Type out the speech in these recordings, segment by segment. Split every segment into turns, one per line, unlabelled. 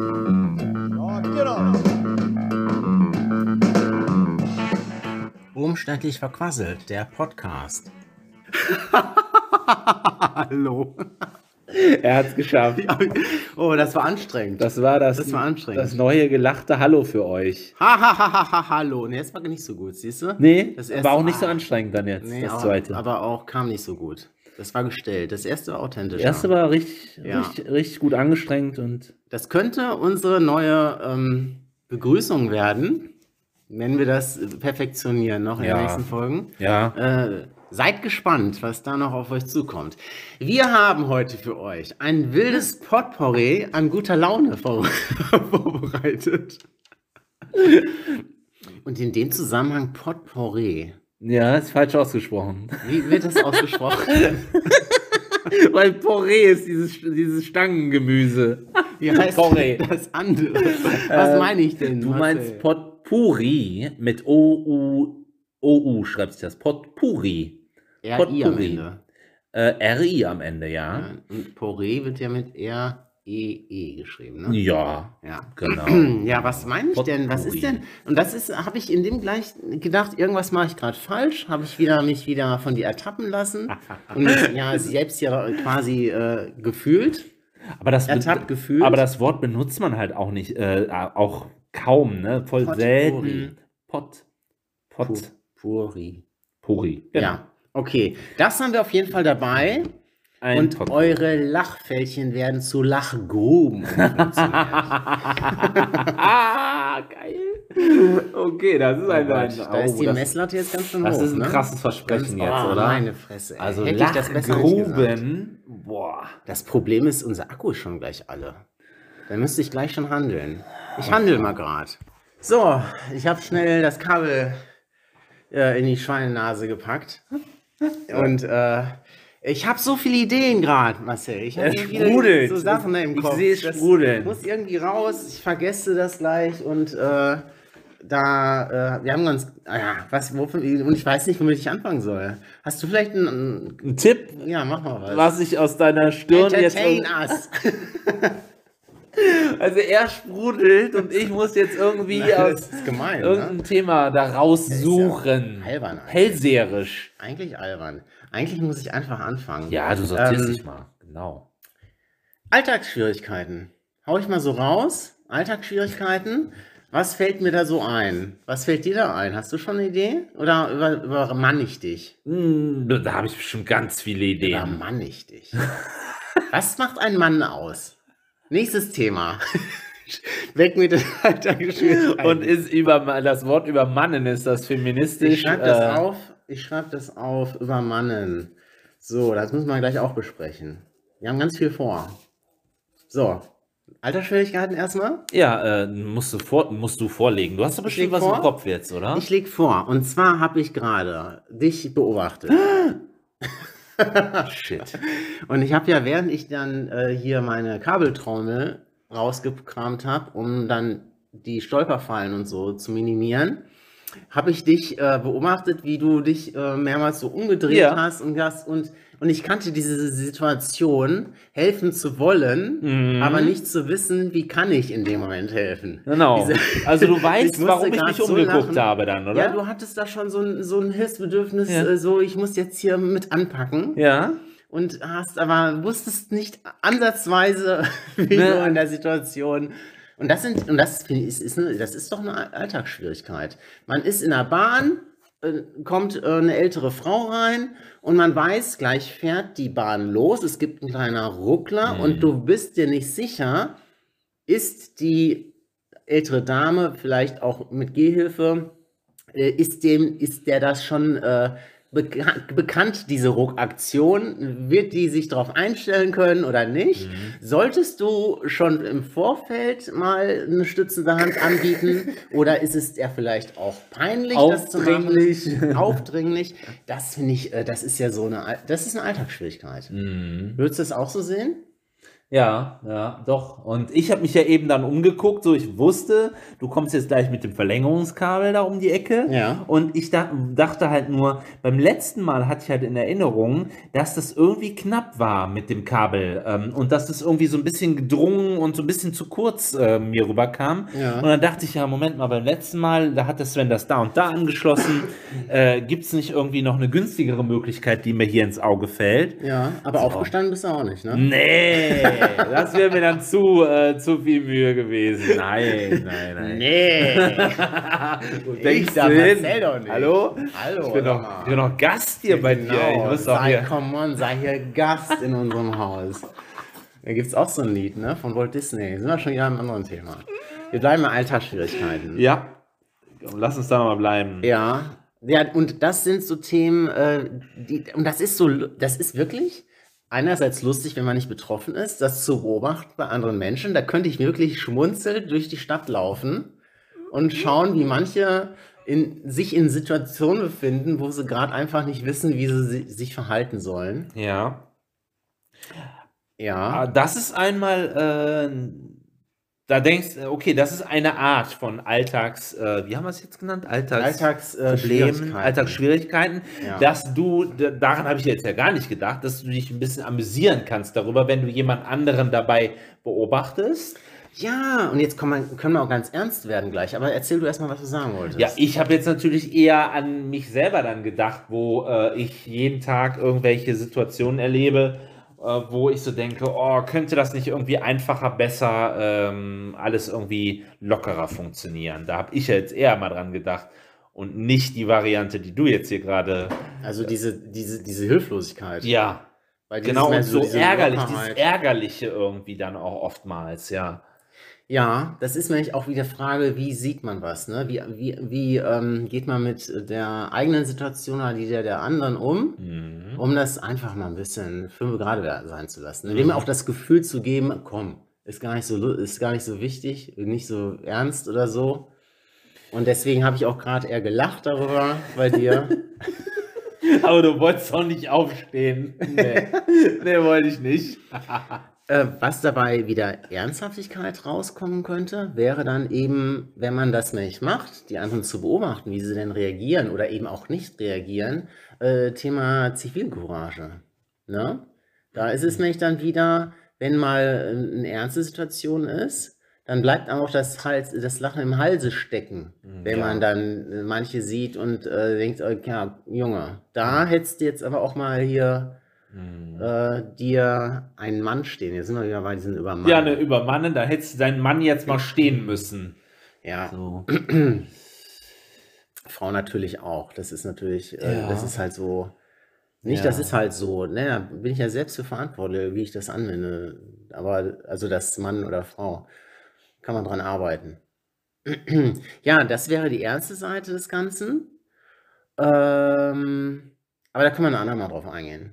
Rock it on.
Umständlich verquasselt, der Podcast.
Hallo.
Er hat's geschafft.
Oh, das war anstrengend.
Das war das,
Das war anstrengend.
das neue gelachte Hallo für euch.
Ha, ha, ha, ha, ha, hallo. Nee, das war nicht so gut, siehst du?
Nee,
Das erste
war auch nicht
Mal.
so anstrengend dann jetzt,
Nee,
das
aber,
zweite.
aber auch kam nicht so gut. Das war gestellt. Das erste war authentisch.
das erste war richtig,
Ja.
richtig, richtig gut angestrengt und
Das könnte unsere neue ähm, Begrüßung werden, wenn wir das perfektionieren noch in
Ja.
den nächsten Folgen.
ja,
Äh, seid gespannt, was da noch auf euch zukommt. Wir haben heute für euch ein wildes Potpourri an guter Laune vor vorbereitet. Und in dem Zusammenhang Potpourri.
ja, ist falsch ausgesprochen.
Wie wird das ausgesprochen?
Weil Porree ist dieses, dieses Stangengemüse.
Wie heißt
Potpourri.
das andere? Was
Äh,
meine ich denn?
Du
Marcel?
meinst Potpourri mit O-U, O-U schreibt sich das, Potpourri.
Ja, I am
Potpourri.
Ende.
Äh, R-I am Ende, ja.
Ja, und Poré wird ja mit R-E-E geschrieben, ne?
Ja,
Ja.
genau.
Ja, was meine ich denn? Was ist denn? Und das ist, habe ich in dem gleich gedacht, irgendwas mache ich gerade falsch, habe ich wieder mich wieder von dir ertappen lassen und mich, ja selbst ja quasi äh, gefühlt.
Aber das,
Ertappt gefühlt.
aber das Wort benutzt man halt auch nicht, äh, auch kaum, ne? Voll
Potpourri.
selten. Pot. Pot.
Puri.
Puri.
Ja. Okay, das haben wir auf jeden Fall dabei.
Ein
und
Pot.
eure Lachfältchen werden zu Lachgruben.
ah, geil. Okay, das ist ein, ein
Oh
oh,
da ist die
das,
Messlatte jetzt ganz schön hoch.
das ist ein
ne?
krasses Versprechen
Ganz-
jetzt,
oh,
oder?
Meine Fresse. ey.
Also
Hätte ich das besser nicht gesagt.
Lachgruben. Boah.
Das Problem ist, unser Akku ist schon gleich alle. Da müsste ich gleich schon handeln. Ich handel mal gerade. So, ich habe schnell das Kabel äh, in die Schweinenase gepackt. Und äh, ich habe so viele Ideen gerade, Marcel. Ich habe
Es sprudelt.
so Sachen da im
Ich
Kopf.
sehe es
Das
sprudeln.
Muss irgendwie raus. Ich vergesse das gleich und äh, da, äh, wir haben ganz, ah ja, was, wovon, und ich weiß nicht, womit ich anfangen soll. Hast du vielleicht einen,
Ein Tipp,
ja, mach mal was.
was ich aus deiner Stirn jetzt.
Entertain us.
Also er sprudelt und ich muss jetzt irgendwie aus
Das ist gemein,
irgendein
ne?
Thema daraus
ist ja
suchen.
albern eigentlich.
Hellseherisch.
Eigentlich albern. Eigentlich muss ich einfach anfangen.
Ja, du sortierst
Ähm,
dich mal. Genau.
Alltagsschwierigkeiten. Hau ich mal so raus. Alltagsschwierigkeiten. Was fällt mir da so ein? Was fällt dir da ein? Hast du schon eine Idee? Oder über, übermann ich dich?
Hm, Da habe ich bestimmt ganz viele Ideen.
Übermann ich dich. Was macht ein Mann aus? Nächstes Thema. Weg mit den Alltagsschwierigkeiten.
Und ist über das Wort übermannen ist das feministisch.
Genau. Also Ich schreibe
äh,
das auf. Ich schreibe das auf über Mannen. So, das müssen wir gleich auch besprechen. Wir haben ganz viel vor. So, Altersschwierigkeiten erstmal.
Ja, äh, musst, du vor, musst du vorlegen. Du hast doch bestimmt
leg
was
vor.
im Kopf jetzt, oder?
Ich leg vor. Und zwar habe ich gerade dich beobachtet.
Shit.
Und ich habe ja, während ich dann äh, hier meine Kabeltrommel rausgekramt habe, um dann die Stolperfallen und so zu minimieren, habe ich dich äh, beobachtet, wie du dich äh, mehrmals so umgedreht
Ja.
hast und das und und ich kannte diese Situation, helfen zu wollen,
Mhm.
aber nicht zu wissen, wie kann ich in dem Moment helfen.
Genau.
Diese-
Also du
Ich
weißt,
musste
warum ich
grad
mich
so
umgeguckt
lachen.
habe dann, oder?
Ja, du hattest da schon so ein, so ein Hilfsbedürfnis,
Ja.
äh, so ich muss jetzt hier mit anpacken.
ja?
und hast aber wusstest nicht ansatzweise, wie
Ne.
du in der Situation. Und das sind und das finde ich ist, ist eine, das ist doch eine Alltagsschwierigkeit. Man ist in der Bahn, äh, kommt äh, eine ältere Frau rein und man weiß, gleich fährt die Bahn los. Es gibt einen kleinen Ruckler und du bist dir nicht sicher, ist die ältere Dame vielleicht auch mit Gehhilfe äh, ist dem, ist der das schon äh, beka bekannt, diese Ruckaktion? Wird die sich darauf einstellen können oder nicht? Solltest du schon im Vorfeld mal eine stützende Hand anbieten? oder ist es ja vielleicht auch peinlich, das zu machen?
Aufdringlich.
Aufdringlich. Das finde ich, äh, das ist ja so eine, Al- das ist eine Alltagsschwierigkeit. Würdest du das auch so sehen?
Ja, ja, doch. Und ich habe mich ja eben dann umgeguckt, so ich wusste, du kommst jetzt gleich mit dem Verlängerungskabel da um die Ecke.
Ja.
Und ich da, dachte halt nur, beim letzten Mal hatte ich halt in Erinnerung, dass das irgendwie knapp war mit dem Kabel ähm, und dass das irgendwie so ein bisschen gedrungen und so ein bisschen zu kurz äh, mir rüberkam.
Ja.
Und dann dachte ich ja, Moment mal, beim letzten Mal, da hat der Sven das da und da angeschlossen. äh, Gibt es nicht irgendwie noch eine günstigere Möglichkeit, die mir hier ins Auge fällt?
Ja, aber aufgestanden bist du auch nicht, ne?
Nee, das wäre mir dann zu, äh, zu viel Mühe gewesen. Nein, nein, nein.
Nee.
Wo
Ich sag,
hin?
erzähl doch nicht.
Hallo?
Hallo,
Ich bin
sag
doch,
mal. Genau.
ich bin doch Gast hier bei dir. Ich muss doch
sei,
hier.
come on, sei hier Gast in unserem Haus. Da gibt es auch so ein Lied, ne? Von Walt Disney. Sind wir schon wieder am anderen Thema. Wir bleiben bei Alltagsschwierigkeiten.
Ja. Komm, Lass uns da mal bleiben.
Ja, ja, und das sind so Themen, äh, die, und das ist so, lu- das ist wirklich einerseits lustig, wenn man nicht betroffen ist, das zu beobachten bei anderen Menschen. Da könnte ich wirklich schmunzelnd durch die Stadt laufen
Mhm.
und schauen, wie manche in, sich in Situationen befinden, wo sie gerade einfach nicht wissen, wie sie si- sich verhalten sollen.
Ja. Ah,
Ja,
Das ist einmal, äh, da denkst du, okay, das ist eine Art von Alltags, äh, wie haben wir es jetzt genannt? Alltags. Problemen,
äh, Alltagsschwierigkeiten.
Alltagsschwierigkeiten,
Ja.
dass du, d- daran habe ich jetzt ja gar nicht gedacht, dass du dich ein bisschen amüsieren kannst darüber, wenn du jemand anderen dabei beobachtest.
ja, und jetzt kann man, können wir auch ganz ernst werden gleich, aber erzähl du erstmal, was du sagen wolltest.
Ja, ich habe jetzt natürlich eher an mich selber dann gedacht, wo äh, ich jeden Tag irgendwelche Situationen erlebe, äh, wo ich so denke, oh, könnte das nicht irgendwie einfacher, besser, ähm, alles irgendwie lockerer funktionieren? Da habe ich ja jetzt eher mal dran gedacht und nicht die Variante, die du jetzt hier gerade,
Also diese, diese, diese Hilflosigkeit.
ja,
Weil dieses
Genau,
mehr
und so
diese
ärgerlich,
Lockerheit.
dieses Ärgerliche irgendwie dann auch oftmals, ja.
ja, das ist nämlich auch wieder Frage, wie sieht man was, ne? Wie, wie, wie ähm, geht man mit der eigenen Situation oder die der, der anderen um, um das einfach mal ein bisschen fünf gerade sein zu lassen. Indem
Mhm.
auch das Gefühl zu geben, komm, ist gar nicht so, lu- ist gar nicht so wichtig, nicht so ernst oder so. Und deswegen habe ich auch gerade eher gelacht darüber bei dir.
Aber du wolltest auch nicht aufstehen. Nee, nee wollte ich nicht.
Äh, was dabei wieder Ernsthaftigkeit rauskommen könnte, wäre dann eben, wenn man das nicht macht, die anderen zu beobachten, wie sie denn reagieren oder eben auch nicht reagieren, äh, Thema Zivilcourage. Ne? Da ist es nämlich dann wieder, wenn mal äh, eine ernste Situation ist, dann bleibt auch das, Hals, das Lachen im Halse stecken, wenn
ja.
man dann äh, manche sieht und äh, denkt, äh, ja, Junge, da hättest du jetzt aber auch mal hier
Hm.
äh, dir einen Mann stehen. Jetzt sind wir wieder bei diesen Übermann.
Ja, ne, übermannen, da hättest du deinen Mann jetzt mal stehen müssen.
ja.
So.
Frau natürlich auch. Das ist natürlich, äh,
Ja.
das ist halt so. Nicht,
Ja.
das ist halt so. Ne, da bin ich ja selbst für verantwortlich, wie ich das anwende. Aber also das Mann oder Frau, kann man dran arbeiten. ja, das wäre die erste Seite des Ganzen. Ähm, aber da kann man ein andermal drauf eingehen.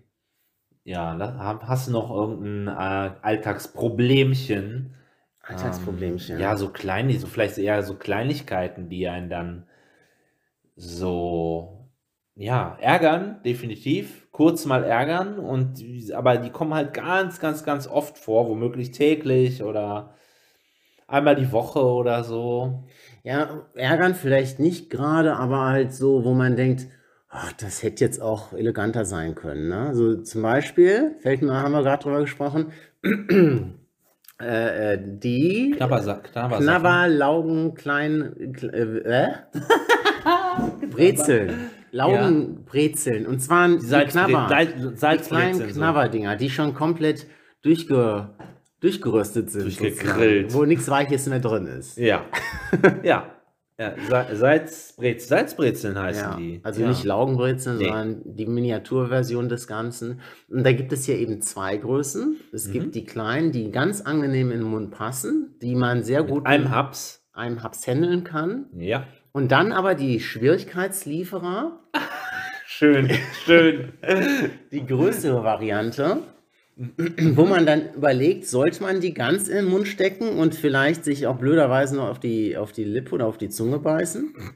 Ja, la- hab- hast du noch irgendein äh, Alltagsproblemchen?
Alltagsproblemchen.
Ähm, ja, so klein, so vielleicht eher so Kleinigkeiten, die einen dann so ja, ärgern, definitiv. Kurz mal ärgern und die- aber die kommen halt ganz, ganz, ganz oft vor, womöglich täglich oder einmal die Woche oder so.
Ja, ärgern vielleicht nicht gerade, aber halt so, wo man denkt, ach, das hätte jetzt auch eleganter sein können. Ne? So zum Beispiel, fällt mir, haben wir gerade drüber gesprochen, äh, äh, die
Knabbersack, ne? Knabbersack.
Knabber, Laugen, Klein, kl- äh, äh? Brezeln. Laugen, Brezeln. Und zwar die
Die Salz
Knabber.
Salz
Die kleinen
Salzbrezeln so.
Knabberdinger, die schon komplett durchge durchgeröstet sind.
Durchgegrillt.
sozusagen, Wo nichts Weiches mehr drin ist.
Ja. ja. ja. Sa- Salzbrez Salzbrezeln heißen
Ja,
die.
also
ja.
nicht Laugenbrezeln,
Nee.
sondern die Miniaturversion des Ganzen. Und da gibt es hier eben zwei Größen. Es
Mhm.
gibt die kleinen, die ganz angenehm in den Mund passen, die man sehr
Mit
gut
einem Haps.
einem Haps handeln kann.
Ja.
Und dann aber die Schwierigkeitslieferer,
Schön, schön.
die größere Variante, wo man dann überlegt, sollte man die ganz in den Mund stecken und vielleicht sich auch blöderweise noch auf die, auf die Lippe oder auf die Zunge beißen?
Mhm.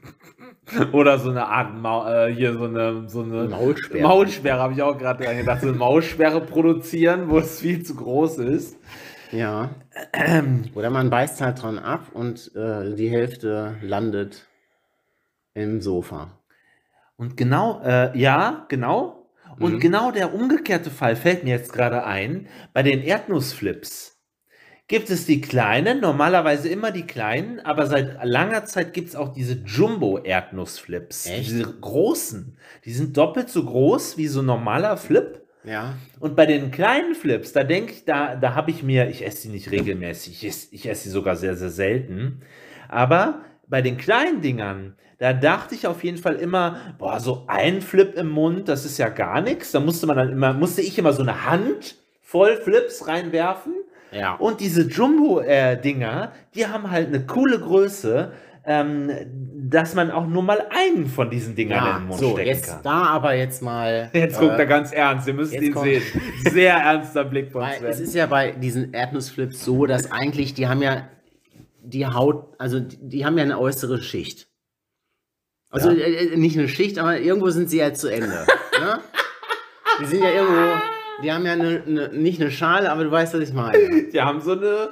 Oder so eine Art Mau äh, hier so eine so eine
Maulsperre.
Maulsperre habe ich auch gerade dran gedacht, so eine Maulsperre produzieren, wo es viel zu groß ist.
Ja.
Ähm.
Oder man beißt halt dran ab und äh, die Hälfte landet im Sofa.
Und genau, äh, ja, genau.
Mhm.
Und genau der umgekehrte Fall fällt mir jetzt gerade ein. Bei den Erdnussflips gibt es die kleinen, normalerweise immer die kleinen, aber seit langer Zeit gibt es auch diese Jumbo-Erdnussflips.
Echt?
Diese großen. Die sind doppelt so groß wie so ein normaler Flip.
Ja.
Und bei den kleinen Flips, da denke ich, da, da habe ich mir, ich esse die nicht regelmäßig, ich esse, ich esse sie sogar sehr, sehr selten. Aber bei den kleinen Dingern, da dachte ich auf jeden Fall immer, boah, so ein Flip im Mund, das ist ja gar nichts. Da musste man dann immer, musste ich immer so eine Hand voll Flips reinwerfen.
Ja.
Und diese Jumbo-Dinger, die haben halt eine coole Größe, ähm, dass man auch nur mal einen von diesen Dingern in den Mund
so,
stecken
jetzt
kann.
da aber jetzt mal. äh,
Jetzt guckt er ganz ernst, wir müssen
jetzt
ihn
kommt-
sehen. Sehr ernster Blick von
Weil es
Sven.
ist ja bei diesen Erdnussflips so, dass eigentlich die haben ja die Haut, also die, die haben ja eine äußere Schicht. Also
Ja.
äh, äh, nicht eine Schicht, aber irgendwo sind sie ja zu Ende. ne? Die sind ja irgendwo, die haben ja eine, eine, nicht eine Schale, aber du weißt, was ich meine.
Die haben so eine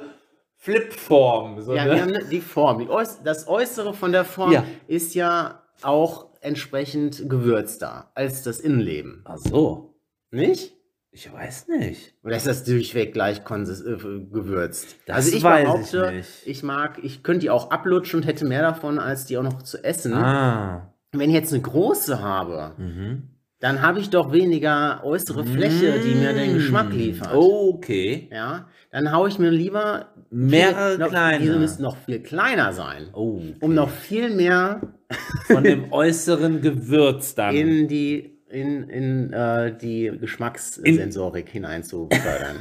Flipform. So ne?
Ja,
eine,
die haben eine, die Form, die äuß, das Äußere von der Form
Ja.
ist ja auch entsprechend gewürzter als das Innenleben,
Ach so,
nicht?
ich weiß nicht.
Oder ist das durchweg gleich konsis äh, gewürzt? Also
Das weiß ich nicht.
ich mag, ich könnte die auch ablutschen und hätte mehr davon, als die auch noch zu essen.
Ah,
Wenn ich jetzt eine große habe,
mhm.
dann habe ich doch weniger äußere Fläche, die mir den
Mm.
Geschmack liefert.
Oh. Okay.
Ja, dann haue ich mir lieber
Mehrere
noch,
kleine.
Die müssen noch viel kleiner sein,
Oh,
um noch viel mehr
von dem äußeren Gewürz dann.
in die in, in äh, die Geschmackssensorik hineinzufördern.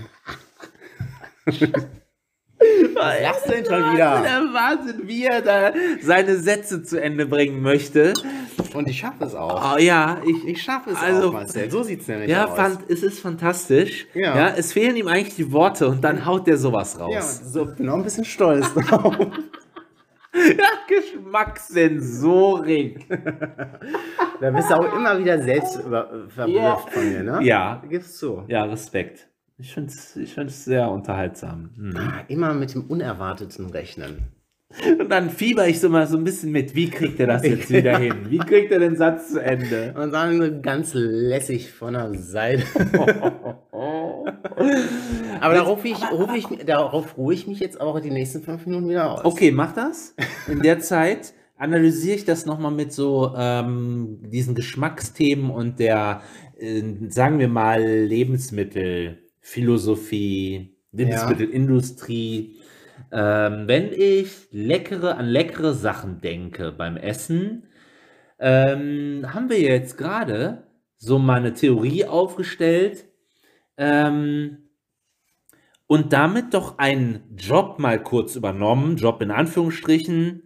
Was lachst du denn schon wieder?
Der Wahnsinn, wie er da seine Sätze zu Ende bringen möchte.
Und ich schaffe es auch.
Oh ja, ich,
Ich schaffe es
Also-
auch, Marcel. So sieht's nämlich
ja,
aus.
fand, es ist fantastisch.
Ja.
Es fehlen ihm eigentlich die Worte und dann haut der sowas raus.
ja, so, bin auch ein bisschen stolz drauf.
Ja, Geschmackssensorik.
da bist du auch immer wieder selbst über, verblüfft
Ja.
von mir, ne?
Ja,
Gibst zu.
ja, Respekt. Ich finde es ich find's sehr unterhaltsam. Mhm.
Immer mit dem Unerwarteten rechnen.
Und dann fieber ich so mal so ein bisschen mit. Wie kriegt er das jetzt wieder hin? Wie kriegt er den Satz zu Ende?
Und dann ganz lässig von der Seite. Aber da rufe ich, rufe ich, darauf ruhe ich mich jetzt auch die nächsten fünf Minuten wieder aus.
Okay, mach das. In der Zeit analysiere ich das nochmal mit so ähm, diesen Geschmacksthemen und der, äh, sagen wir mal, Lebensmittelphilosophie, Lebensmittelindustrie. Ähm, wenn ich leckere an leckere Sachen denke beim Essen, ähm, haben wir jetzt gerade so mal eine Theorie aufgestellt. Ähm, und damit doch einen Job mal kurz übernommen, Job in Anführungsstrichen,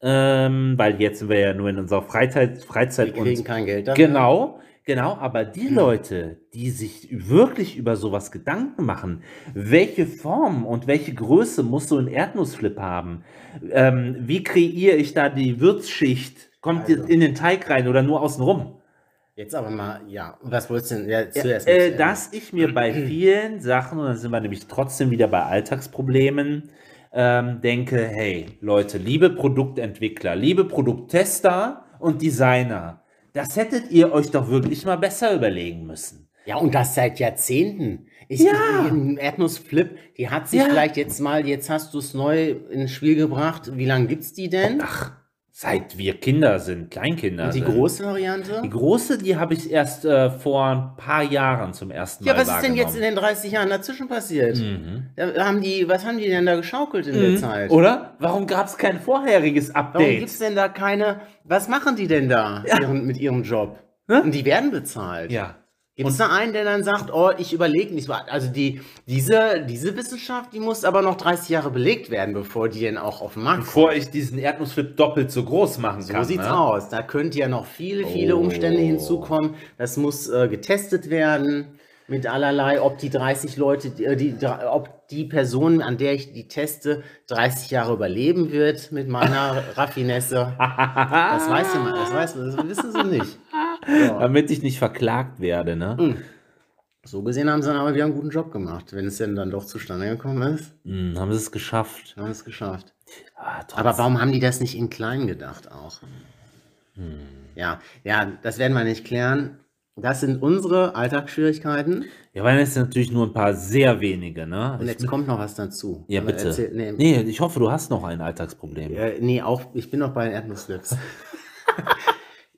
ähm, weil jetzt sind wir ja nur in unserer Freizeit,
Wir
Freizeit
kriegen Hm. kein Geld dafür.
Genau, genau, aber die Leute, die sich wirklich über sowas Gedanken machen, welche Form und welche Größe muss so ein Erdnussflip haben? Ähm, wie kreiere ich da die Würzschicht? Kommt
Also.
die in den Teig rein oder nur außen rum?
Jetzt aber mal, ja. Was wolltest du denn ja, zuerst?
Äh,
erzählen?
dass ich mir bei vielen Sachen, und dann sind wir nämlich trotzdem wieder bei Alltagsproblemen, ähm, denke, hey Leute, liebe Produktentwickler, liebe Produkttester und Designer, das hättet ihr euch doch wirklich mal besser überlegen müssen.
Ja, und das seit Jahrzehnten. Ich,
Ja.
ich- Erdnussflip, die hat sich
Ja.
vielleicht jetzt mal, jetzt hast du es neu ins Spiel gebracht. Wie lange gibt's die denn?
Ach, seit wir Kinder sind, Kleinkinder
und die
sind.
große Variante?
Die große, die habe ich erst äh, vor ein paar Jahren zum ersten Mal
ja, was ist denn jetzt in den 30 Jahren dazwischen passiert?
Mhm.
Da haben die, was haben die denn da geschaukelt in der Zeit?
Oder? Warum gab es kein vorheriges
Warum
Update?
gibt's denn da keine, was machen die denn da ihren, mit ihrem Job?
Ne?
Und die werden bezahlt.
ja.
Gibt es da einen, der dann sagt, oh, ich überlege nicht, also die, diese, diese Wissenschaft, die muss aber noch 30 Jahre belegt werden, bevor die denn auch auf den Markt kommt.
Bevor ich diesen Erdnussflip doppelt so groß machen
So
kann.
sieht's
ne?
aus. Da könnte ja noch viele, viele
Oh.
Umstände hinzukommen. Das muss äh, getestet werden mit allerlei, ob die 30 Leute, die, äh, die, dr- ob die Person, an der ich die teste, 30 Jahre überleben wird mit meiner Raffinesse. Das weiß man, das weiß man, das wissen sie nicht.
Damit ich nicht verklagt werde, ne?
So gesehen haben sie dann aber wieder einen guten Job gemacht, wenn es denn dann doch zustande gekommen ist.
Hm, haben sie es geschafft.
Dann haben sie es geschafft.
Ah, trotz-
Aber warum haben die das nicht in klein gedacht auch?
Hm.
Ja, ja, das werden wir nicht klären. Das sind unsere Alltagsschwierigkeiten.
ja, weil das sind natürlich nur ein paar sehr wenige, ne?
Und
Ich
jetzt
bin-
kommt noch was dazu.
ja,
Aber
bitte.
erzähl- nee,
nee.
nee.
ich hoffe, du hast noch ein Alltagsproblem.
Äh, nee, auch, ich bin noch bei den Erdnussflips.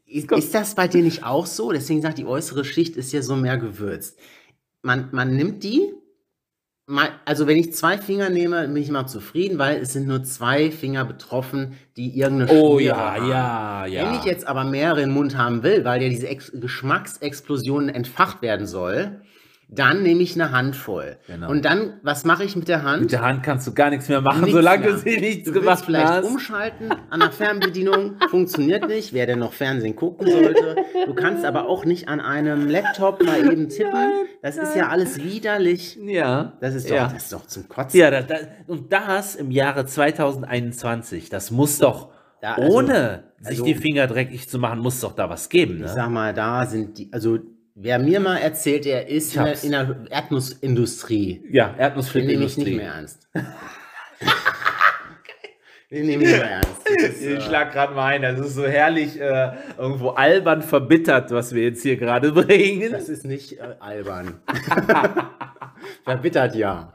ist, ist das bei dir nicht auch so? Deswegen sagt die äußere Schicht ist ja so mehr gewürzt. Man, man nimmt die, mal, also wenn ich zwei Finger nehme, bin ich mal zufrieden, weil es sind nur zwei Finger betroffen, die irgendeine
Oh
Schmiere
ja,
haben.
ja, ja.
Wenn ich jetzt aber mehrere im Mund haben will, weil ja diese Ex Geschmacksexplosion entfacht werden soll, dann nehme ich eine Handvoll.
Genau.
Und dann, was mache ich mit der Hand?
Mit der Hand kannst du gar nichts mehr machen,
Nichts
solange
mehr.
du sie nichts
du willst
gemacht
vielleicht
hast.
umschalten an der Fernbedienung, funktioniert nicht, wer denn noch Fernsehen gucken sollte. Du kannst aber auch nicht an einem Laptop mal eben tippen. das ist ja alles widerlich.
Ja.
Das ist doch,
ja.
das ist doch zum Kotzen.
Ja, da, da, und das im Jahre 2021, das muss doch,
Da, also-
ohne sich
also-
die Finger dreckig zu machen, muss doch da was geben.
Ich
Ne?
sag mal, da sind die, also wer mir mal erzählt, er ist in der,
hab's.
in der Erdnussindustrie,
Ja,
den nehme ich nicht
Erdnussflip-Industrie.
mehr ernst. den nehme ich nicht mehr ernst. Das ist, äh,
Ich schlag gerade mal ein, das ist so herrlich äh, irgendwo albern verbittert, was wir jetzt hier gerade bringen.
Das ist nicht äh, albern. Verbittert ja.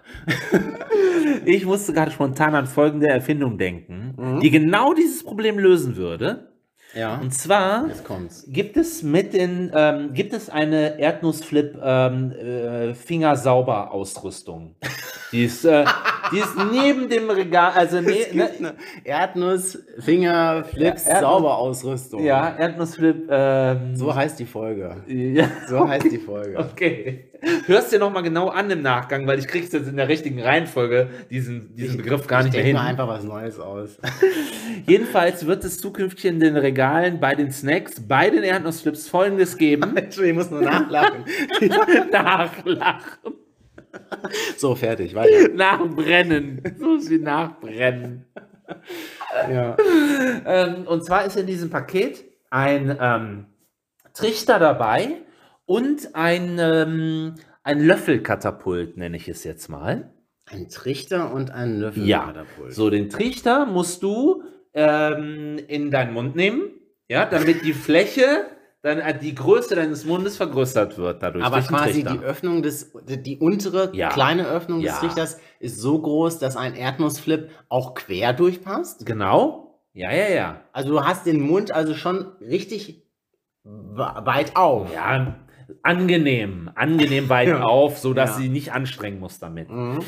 Ich musste gerade spontan an folgende Erfindung denken,
Mhm.
die genau dieses Problem lösen würde.
Ja,
Und zwar
jetzt kommt's.
gibt es mit in, ähm, gibt es eine Erdnussflip ähm, äh, fingersauber Ausrüstung. Die ist, äh, die ist neben dem Regal, also ne, ne,
Erdnuss, Finger, Flips,
Ja, Erdnuss-
Sauberausrüstung.
ja, Erdnussflip, ähm,
So heißt die Folge.
ja.
So heißt die Folge.
Okay. Hörst dir nochmal genau an im Nachgang, weil ich krieg's jetzt in der richtigen Reihenfolge, diesen, diesen Begriff gar
ich
nicht mehr
denke
hin.
mal einfach was Neues aus.
Jedenfalls wird es zukünftig in den Regalen bei den Snacks, bei den Erdnussflips folgendes geben.
Entschuldigung, ich muss nur nachlachen.
Nachlachen.
So, fertig, weiter.
Nachbrennen. So ist wie nachbrennen.
Ja.
Ähm, und zwar ist in diesem Paket ein ähm, Trichter dabei und ein, ähm, ein Löffelkatapult, nenne ich es jetzt mal.
Ein Trichter und ein Löffel.
Ja,
Katapult.
So, den Trichter musst du ähm, in deinen Mund nehmen, ja, damit die Fläche, dann äh, die Größe deines Mundes vergrößert wird dadurch.
Aber
durch den
quasi
Trichter.
die Öffnung des, die, die untere
Ja.
kleine Öffnung
Ja.
des Trichters ist so groß, dass ein Erdnussflip auch quer durchpasst.
Genau. Ja, ja, ja.
Also du hast den Mund also schon richtig wa- weit auf.
Ja, angenehm, angenehm weit
Ja.
auf, so dass
Ja.
sie nicht anstrengen muss damit.
Mhm.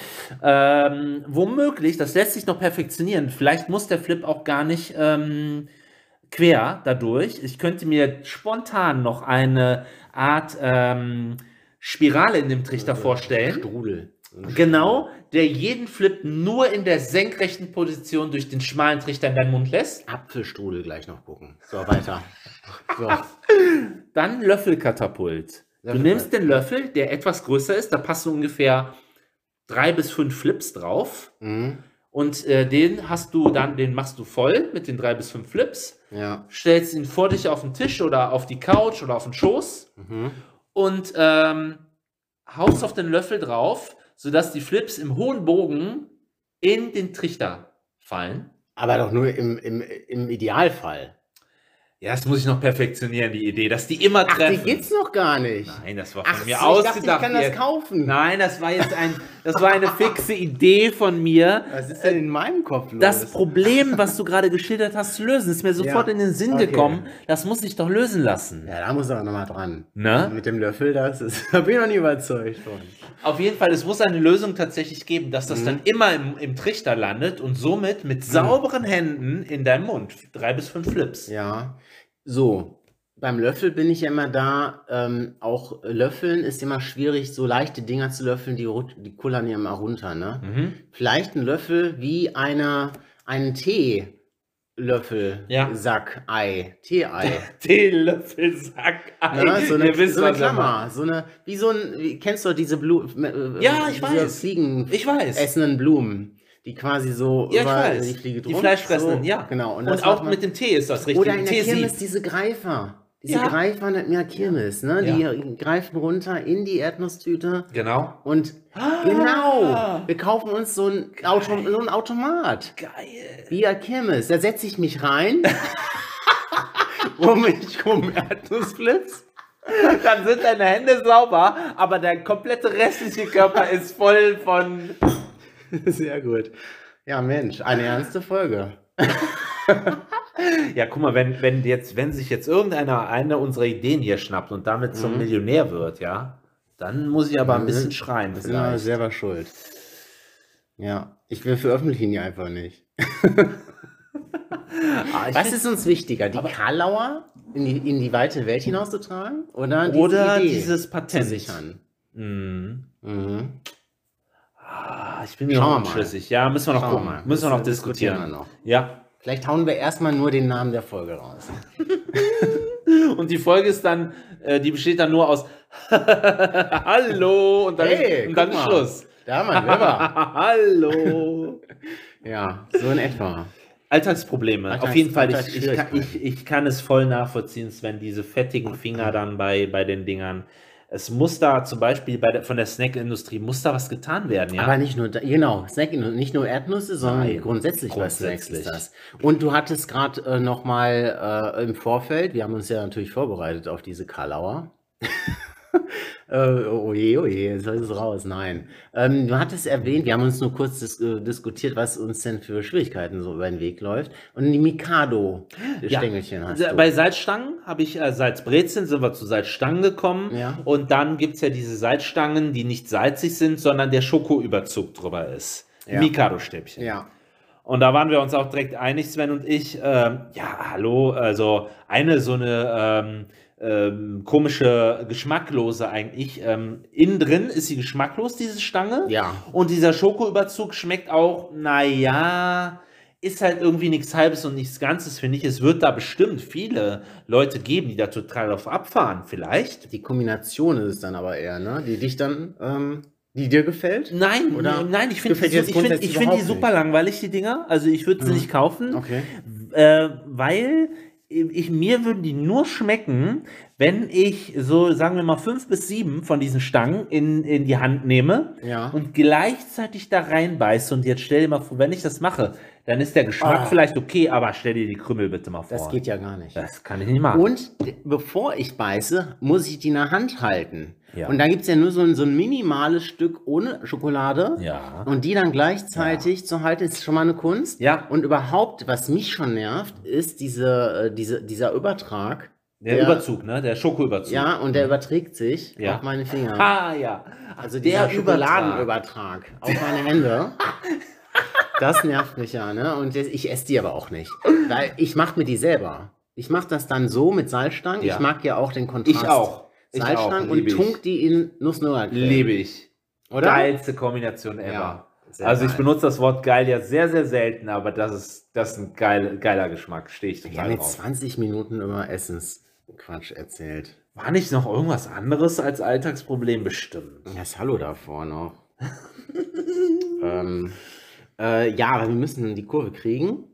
Ähm, womöglich, das lässt sich noch perfektionieren. Vielleicht muss der Flip auch gar nicht ähm, quer dadurch. Ich könnte mir spontan noch eine Art ähm, Spirale in dem
Äh,
Trichter vorstellen.
Strudel.
Genau, der jeden Flip nur in der senkrechten Position durch den schmalen Trichter in deinen Mund lässt.
Apfelstrudel gleich noch gucken. So, weiter. So.
Dann Löffelkatapult. Du
Löffelkatapult.
nimmst den Löffel, der etwas größer ist, da passen ungefähr drei bis fünf Flips drauf.
Mhm.
Und äh, den hast du dann, den machst du voll mit den drei bis fünf Flips,
Ja.
stellst ihn vor dich auf den Tisch oder auf die Couch oder auf den Schoß
Mhm.
und ähm, haust auf den Löffel drauf, sodass die Flips im hohen Bogen in den Trichter fallen.
Aber doch nur im, im, im Idealfall.
Ja, das muss ich noch perfektionieren, die Idee, dass die immer
Ach, die
treffen.
gibt's noch gar nicht.
Nein, das war von
Ach,
mir
so, ich
ausgedacht.
dachte, ich kann das
jetzt.
kaufen.
Nein, das war jetzt ein, das war eine fixe Idee von mir.
Was ist denn in meinem Kopf los?
Das Problem, was du gerade geschildert hast, zu lösen, ist mir sofort
Ja,
in den Sinn
okay.
gekommen. Das muss ich doch lösen lassen.
ja, da muss er nochmal dran.
Ne?
Mit dem Löffel, das ist, da bin ich noch nie überzeugt von.
Auf jeden Fall, es muss eine Lösung tatsächlich geben, dass
Mhm.
das dann immer im, im Trichter landet und somit mit sauberen Händen in deinem Mund. Drei bis fünf Flips.
Ja. So, beim Löffel bin ich ja immer da. Ähm, auch Löffeln ist immer schwierig, so leichte Dinger zu löffeln, die, rut- die kullern ja immer runter, ne?
Mhm.
Vielleicht ein Löffel wie einer, einen Tee. Löffel,
Ja.
Sack, Ei, Tee-Ei.
Teelöffel, Sack, Ei.
Ne? So eine,
Ihr wisst,
so eine
was er
Klammer,
macht.
so eine, wie so ein, wie, kennst du diese Blu äh,
Ja, ich
diese
weiß.
Fliegen,
Ich weiß.
essenden Blumen, die quasi so
Ja, ich
über
weiß.
die Fliege
Die
drum-
Fleischfressenden,
so,
ja.
Genau.
Und,
das
auch
macht man-
mit dem Tee ist das richtig.
Oder in der
Teesieb.
Kirmes diese Greifer. Diese
Ja.
Greifer hatten ja Kirmes, ne? Die greifen runter in die Erdnusstüte
Genau.
und genau, wir kaufen uns so ein, Auto, so ein Automat.
Geil.
Wie der Kirmes. Da setze ich mich rein. Womit ich um Erdnussflips.
Dann sind deine Hände sauber, aber der komplette restliche Körper ist voll von.
Sehr gut. Ja, Mensch, eine ernste Folge.
Ja, guck mal, wenn, wenn, jetzt, wenn sich jetzt irgendeiner eine unserer Ideen hier schnappt und damit zum Millionär wird, ja, dann muss ich aber ein
Mhm. also,
bisschen schreien.
Sind wir
Vielleicht.
selber schuld. Ja, ich will veröffentlichen die einfach nicht.
Ah, ich
Was ist uns wichtiger, die Kalauer in die, in die weite Welt hinauszutragen oder, diese
Oder
Idee
dieses
zu
Patent.
sichern?
Mhm.
Mhm.
Ah, ich bin mir
Schauen wir
noch
mal.
unschlüssig. Ja, müssen wir noch
Schauen wir
gucken.
mal.
Müssen wir noch
Das äh, diskutieren
diskutieren.
wir noch.
Ja.
Vielleicht hauen wir erstmal nur den Namen der Folge raus.
Und die Folge ist dann, äh, die besteht dann nur aus Hallo und dann,
Hey,
und dann
guck mal.
Schluss.
Da mal, wer war?
Hallo.
Ja, so in etwa.
Alltagsprobleme.
Alltags-
Auf jeden Fall, ich, ich, kann,
Alltagsschwierigkeiten.
ich, ich kann es voll nachvollziehen, Sven, diese fettigen Finger dann bei, bei den Dingern. Es muss da zum Beispiel bei der, von der Snackindustrie muss da was getan werden, ja.
Aber nicht nur, da, genau, Snack, nicht nur Erdnüsse, sondern
Nein,
grundsätzlich,
grundsätzlich.
grundsätzlich. Bei Snacks ist das. Und du hattest gerade äh, nochmal äh, im Vorfeld, wir haben uns ja natürlich vorbereitet auf diese Kalauer. äh, oje, oje, jetzt ist es raus, nein. Ähm, du hattest erwähnt, wir haben uns nur kurz dis äh, diskutiert, was uns denn für Schwierigkeiten so über den Weg läuft. Und die Mikado-Stängelchen hast du.
Bei Salzstangen habe ich äh, Salzbrezeln, sind wir zu Salzstangen gekommen.
Ja.
Und dann gibt es ja diese Salzstangen, die nicht salzig sind, sondern der Schokoüberzug drüber ist.
Ja.
Mikado-Stäbchen.
ja.
Und da waren wir uns auch direkt einig, Sven und ich. Ähm, ja, hallo, also eine so eine ähm, ähm, komische, geschmacklose eigentlich. Ähm, innen drin ist sie geschmacklos, diese Stange.
Ja.
Und dieser Schokoüberzug schmeckt auch, naja, ist halt irgendwie nichts Halbes und nichts Ganzes, finde ich. Es wird da bestimmt viele Leute geben, die da total drauf abfahren, vielleicht.
Die Kombination ist es dann aber eher, ne? Die dich dann, ähm, die dir gefällt?
Nein,
Oder
nein, ich finde
gefällt
die,
dir
ich
das
find,
grundsätzlich
ich find die
überhaupt
super langweilig, die Dinger. Also ich würde sie nicht kaufen.
Okay.
äh, weil ich, mir würden die nur schmecken, wenn ich so, sagen wir mal, fünf bis sieben von diesen Stangen in, in die Hand nehme
Ja.
und gleichzeitig da reinbeiße. Und jetzt stell dir mal vor, wenn ich das mache, dann ist der Geschmack
Ah.
vielleicht okay, aber stell dir die Krümel bitte mal vor.
Das geht ja gar nicht.
Das kann ich nicht machen.
Und d- bevor ich beiße, muss ich die in der Hand halten.
Ja.
Und da gibt es ja nur so ein, so ein minimales Stück ohne Schokolade.
ja.
Und die dann gleichzeitig zu halten, ist schon mal eine Kunst.
Ja.
Und überhaupt, was mich schon nervt, ist diese, äh, diese, dieser Übertrag.
Der Überzug, ne? Der Schokoüberzug.
Ja, und der überträgt sich
Ja.
auf meine Finger.
Ah, ja.
Also
Der
dieser
Übertrag.
Schokoladenübertrag auf meine Hände. Das nervt mich ja, ne? Und jetzt- ich esse die aber auch nicht. Weil ich mache mir die selber. Ich mache das dann so mit Salzstangen.
Ja.
Ich mag ja auch den Kontrast.
Ich auch. Ich auch.
Salzstangen und
Liebe ich.
tunk die in nuss
Liebe ich.
Oder?
Geilste Kombination ever.
Ja, sehr
also ich
geil.
benutze das Wort geil ja sehr, sehr selten, aber das ist, das ist ein geil, geiler Geschmack, stehe ich
Wir
total
haben jetzt
drauf.
20 Minuten über Essensquatsch erzählt.
War nicht noch irgendwas anderes als Alltagsproblem bestimmt?
Das Hallo davor noch. ähm, äh, ja, aber wir müssen die Kurve kriegen.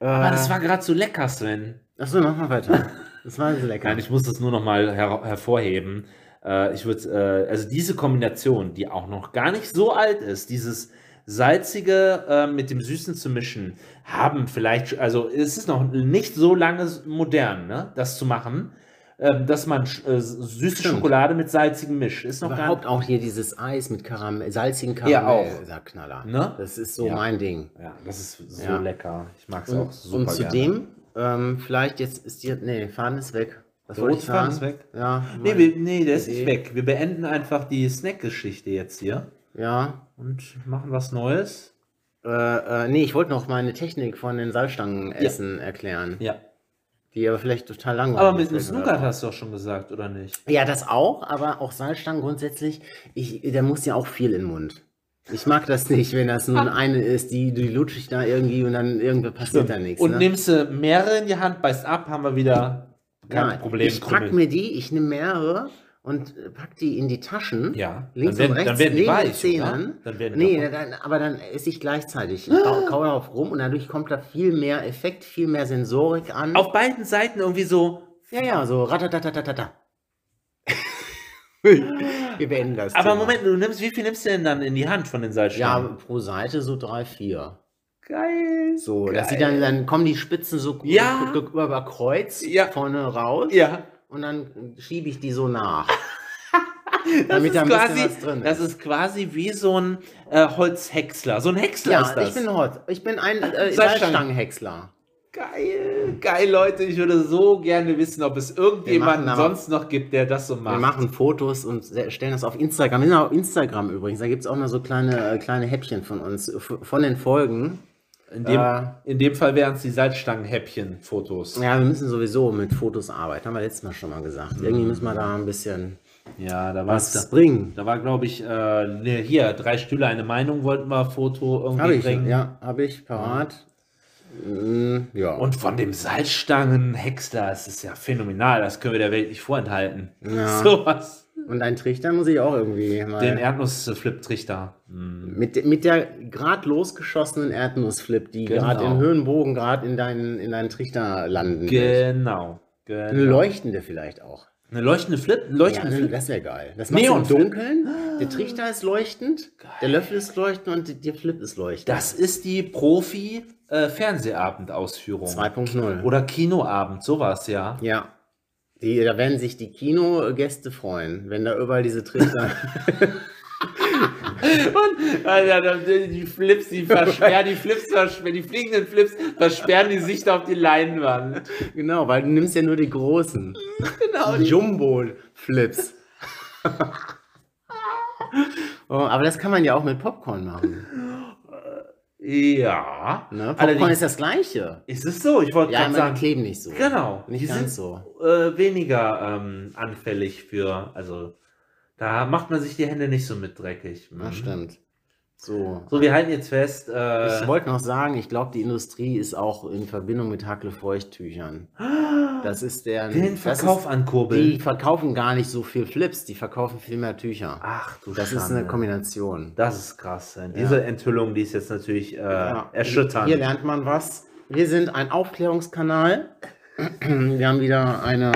Äh,
Aber das war gerade so lecker, Sven.
Achso, mach mal weiter. Das war so lecker.
Nein, ich muss das nur nochmal her hervorheben. Äh, ich würde, äh, also diese Kombination, die auch noch gar nicht so alt ist, dieses Salzige äh, mit dem Süßen zu mischen, haben vielleicht, also es ist noch nicht so lange modern, ne, das zu machen, ähm, dass man sch- äh, süße
Stimmt.
Schokolade mit salzigem mischt. Ist noch
Überhaupt
gar
auch hier dieses Eis mit Karamell, salzigen Karamell.
Ja,
Dieser Knaller.
Ne?
Das ist so
Ja.
mein Ding.
Ja, das ist so
Ja.
lecker. Ich mag es
Und,
auch super
und
gerne.
zudem, ähm, vielleicht jetzt ist die, nee, Faden ist weg. Was
Der
wollte
rote
ich
Faden
sagen?
ist weg?
Ja.
Nee,
mein-
wir, nee, der ist
Idee.
nicht weg. Wir beenden einfach die Snack-Geschichte jetzt hier
ja.
und machen was Neues.
Äh, äh, nee, ich wollte noch meine Technik von den Salzstangenessen erklären,
Ja.
die aber vielleicht total langweilig
Aber mit dem
ist, oder?
Snooker hast du auch schon gesagt, oder nicht?
Ja, das auch, aber auch Salzstangen grundsätzlich, ich, der muss ja auch viel in den Mund. Ich mag das nicht, wenn das nur eine ist, die, die lutsche ich da irgendwie und dann irgendwie passiert da nichts.
Und
ne?
nimmst du mehrere in die Hand, beißt ab, haben wir wieder kein
Nein,
Problem.
Ich pack
Krümel.
mir die, ich nehme mehrere und äh, pack die in die Taschen.
Ja,
Links
dann werden-
und rechts
dann werden die
neben den
weich,
Zähnen.
oder? Dann werden die
nee,
doch-
dann, aber dann esse ich gleichzeitig. Ich kau, kau darauf rum und dadurch kommt da viel mehr Effekt, viel mehr Sensorik an.
Auf beiden Seiten irgendwie so.
Ja, ja, so ratatatatata. Wir beenden das.
Aber
Thema.
Moment, du nimmst, wie viel nimmst du denn dann in die Hand von den
Ja,
Salzstangen?
pro Seite so drei, vier.
geil.
So, dass sie
Geil.
dann, dann kommen die Spitzen so gut
äh, Ja.
überkreuzt
Ja.
vorne raus
Ja,
und dann schiebe ich die so nach.
das
Damit
ist
da ein bisschen
quasi,
was drin
das
ist.
ist quasi wie so ein äh, Holzhäcksler. So ein Häcksler
ja,
ist das.
ich bin Hot. Ich bin ein äh,
Salzstangen-
Salzstangenhäcksler.
geil, geil, Leute. Ich würde so gerne wissen, ob es irgendjemanden
Wir machen aber-
sonst noch gibt, der das so macht.
Wir machen Fotos und se- stellen das auf Instagram. Wir sind auch auf Instagram übrigens. Da gibt es auch noch so kleine, äh, kleine Häppchen von uns, f- von den Folgen.
in, dem,
äh,
in dem Fall wären es die Salzstangenhäppchen-Fotos.
Ja, wir müssen sowieso mit Fotos arbeiten. Haben wir letztes Mal schon mal gesagt. Irgendwie müssen wir da ein bisschen
Ja, da war
was
es.
bringen.
Da war, glaube ich, äh, ne, hier, drei Stühle, eine Meinung wollten wir Foto irgendwie
Habe ich,
bringen.
ja, habe ich parat. Mm, ja.
Und von dem Salzstangen-Häcksler, das ist ja phänomenal, das können wir der Welt nicht vorenthalten.
Ja.
Sowas.
Und ein Trichter muss ich auch irgendwie mal.
Den Erdnuss-Flip-Trichter. Mhm.
mit, de- mit der gerade losgeschossenen Erdnussflip, die
Genau.
gerade im Höhenbogen gerade in deinen, in deinen Trichter landen. wird.
Genau. genau.
Eine leuchtende vielleicht auch.
Eine leuchtende Flip? Ein
Ja,
leuchtende Flip?
das wäre geil. Das machst du im
Neonflip. Ah.
Dunkeln. Der Trichter ist leuchtend, der Löffel ist leuchtend und die- der Flip ist äh, leuchtend.
Das ist die Profi-Fernsehabendausführung.
2.0.
Oder Kinoabend, sowas, ja.
Ja. Die, da werden sich die Kinogäste freuen, wenn da überall diese Trichter.
Und, Alter, da- die Flips, die versperren, die Flips versperren, die fliegenden Flips versperren die Sicht auf die Leinwand.
genau, weil du nimmst ja nur die großen.
Genau.
Die Jumbo-Flips. oh, aber das kann man ja auch mit Popcorn machen.
Ja.
Ne? Popcorn
Allerdings
ist das gleiche.
ist es so, ich wollte
Ja,
gerade
aber die
sagen.
kleben nicht so.
Genau.
Nicht
die sind
ganz so.
äh, weniger ähm, anfällig für, also da macht man sich die Hände nicht so mit dreckig. Mhm.
Das stimmt. So.
So, wir halten jetzt fest. Äh,
Ich wollte noch sagen, ich glaube, die Industrie ist auch in Verbindung mit Hacklefeuchttüchern. Das ist der.
Ah, den Verkauf
Das ist, die
ankurbeln.
verkaufen gar nicht so viel Flips, die verkaufen viel mehr Tücher.
Ach du
Das ist eine
Schande.
Kombination.
Das ist krass. Diese Enthüllung, die ist jetzt natürlich äh,
Ja. also
erschütternd.
Hier lernt man was. Wir sind ein Aufklärungskanal. Wir haben wieder eine,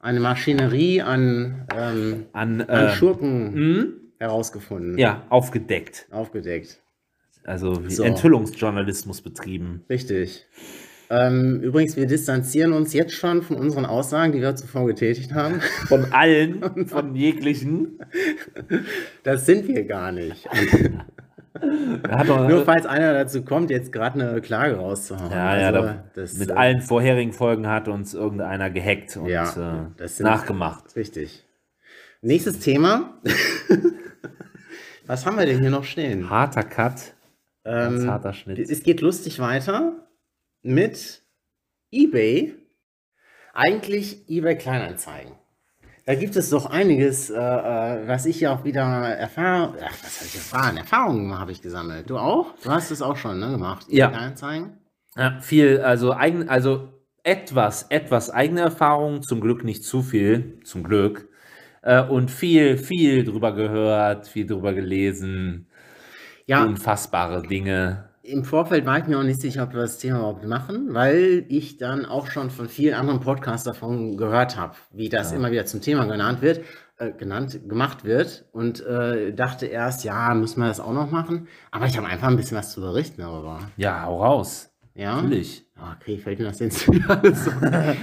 eine Maschinerie an, ähm,
An,
an
äh,
Schurken
hm?
herausgefunden.
ja, aufgedeckt.
Aufgedeckt.
Also wie
So.
Enthüllungsjournalismus betrieben.
Richtig. Ähm, übrigens, wir distanzieren uns jetzt schon von unseren Aussagen, die wir zuvor getätigt haben.
Von allen, von jeglichen.
Das sind wir gar nicht.
Hat doch,
Nur falls einer dazu kommt, jetzt gerade eine Klage rauszuhauen.
Ja, ja,
Also,
da,
das,
mit
äh,
allen vorherigen Folgen hat uns irgendeiner gehackt und
Ja,
äh,
das sind-
nachgemacht.
Richtig. Nächstes Thema. Was haben wir denn hier noch stehen?
Harter Cut, ganz
Ähm,
harter Schnitt.
es geht lustig weiter mit eBay. Eigentlich eBay Kleinanzeigen. Da gibt es doch einiges, äh, äh, was ich ja auch wieder erfahren, ach, was habe ich erfahren? Erfahrungen habe ich gesammelt. Du auch? Du hast es auch schon ne, gemacht. eBay
Ja.
Kleinanzeigen.
Ja, viel, also eigen, also etwas, etwas eigene Erfahrung, zum Glück nicht zu viel, zum Glück. Äh, und viel, viel drüber gehört, viel drüber gelesen,
Ja,
unfassbare Dinge.
im Vorfeld war ich mir auch nicht sicher, ob wir das Thema überhaupt machen, weil ich dann auch schon von vielen anderen Podcasts davon gehört habe, wie das immer wieder zum Thema genannt wird, äh, genannt, gemacht wird und äh, dachte erst, ja, müssen wir das auch noch machen. Aber ich habe einfach ein bisschen was zu berichten darüber.
Ja, hau raus.
Ja.
Natürlich.
Ah, Okay, fällt mir das jetzt wieder alles so.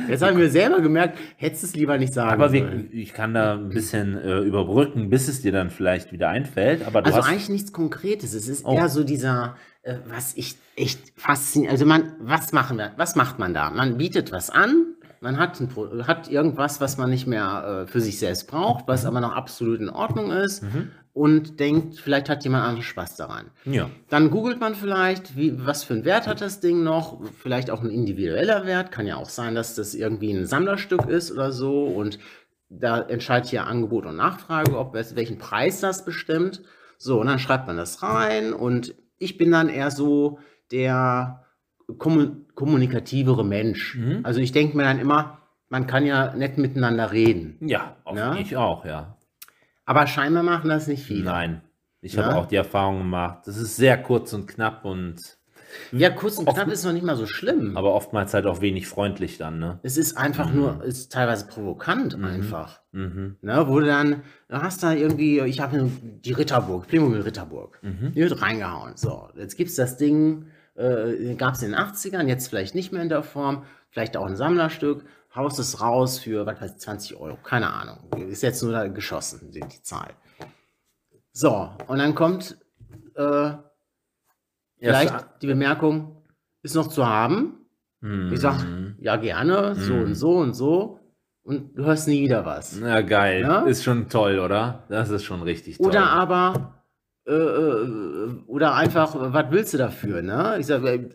Jetzt habe ich mir selber gemerkt, hättest du es lieber nicht sagen
Aber
sollen.
wir, ich kann da ein bisschen äh, überbrücken, bis es dir dann vielleicht wieder einfällt. Aber du
Also
hast
eigentlich nichts Konkretes. Es ist
Oh.
eher so dieser, äh, was ich echt faszinierend. Also man, was machen wir? Was macht man da? Man bietet was an. Man hat, ein, Pro- hat irgendwas, was man nicht mehr äh, für sich selbst braucht, was aber noch absolut in Ordnung ist
Mhm.
und denkt, vielleicht hat jemand anderes Spaß daran.
ja.
Dann googelt man vielleicht, wie, was für einen Wert hat das Ding noch, vielleicht auch ein individueller Wert, kann ja auch sein, dass das irgendwie ein Sammlerstück ist oder so und da entscheidet ja Angebot und Nachfrage, ob es- welchen Preis das bestimmt. So, und dann schreibt man das rein und ich bin dann eher so der kommu- kommunikativere Mensch.
Mhm.
Also ich denke mir dann immer, man kann ja nett miteinander reden.
Ja, auch
Ja?
ich auch, ja.
Aber scheinbar machen das nicht viele.
Nein. Ich
Ja?
habe auch die Erfahrung gemacht. Das ist sehr kurz und knapp und
Ja, kurz und knapp ist noch nicht mal so schlimm.
Aber oftmals halt auch wenig freundlich dann, ne?
es ist einfach nur, ist teilweise provokant einfach.
Mhm.
Ne, wo du dann, du hast da irgendwie, ich habe die Ritterburg, Playmobil Ritterburg, die wird reingehauen. So, jetzt gibt es das Ding, äh, gab es in den 80ern, jetzt vielleicht nicht mehr in der Form, vielleicht auch ein Sammlerstück, haust es raus für, was weiß ich, 20 Euro, keine Ahnung. Ist jetzt nur da geschossen, die, die Zahl. So, und dann kommt äh, vielleicht die Bemerkung, ist noch zu haben,
Hm.
ich sag, ja, gerne, so und so und so. Und du hörst nie wieder was.
Mhm. Na geil,
Ja?
ist schon toll, oder? Das ist schon richtig toll.
Oder aber, äh, äh, oder einfach, was willst du dafür, ne? Ich sag, äh,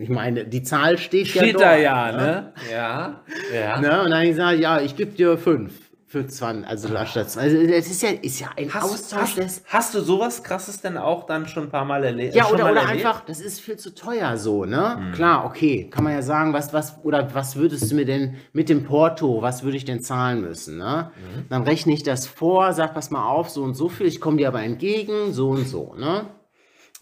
ich meine, die Zahl steht, ja
Steht
dort.
da ja, ne? Ja, ja.
ne? Und dann ich sage, ja, ich gebe dir fünf für 20, also anstatt 20. Also, das ist ja, ist ja ein
Hast,
Austausch des...
hast, hast du sowas Krasses denn auch dann schon ein paar Mal erlebt? Hm.
Ja, oder, oder einfach, das ist viel zu teuer so, ne? Klar, okay, kann man ja sagen, was, was, oder was würdest du mir denn mit dem Porto, was würde ich denn zahlen müssen, ne?
Mhm.
Dann rechne ich das vor, sag, pass mal auf, so und so viel, ich komme dir aber entgegen, so und so, ne?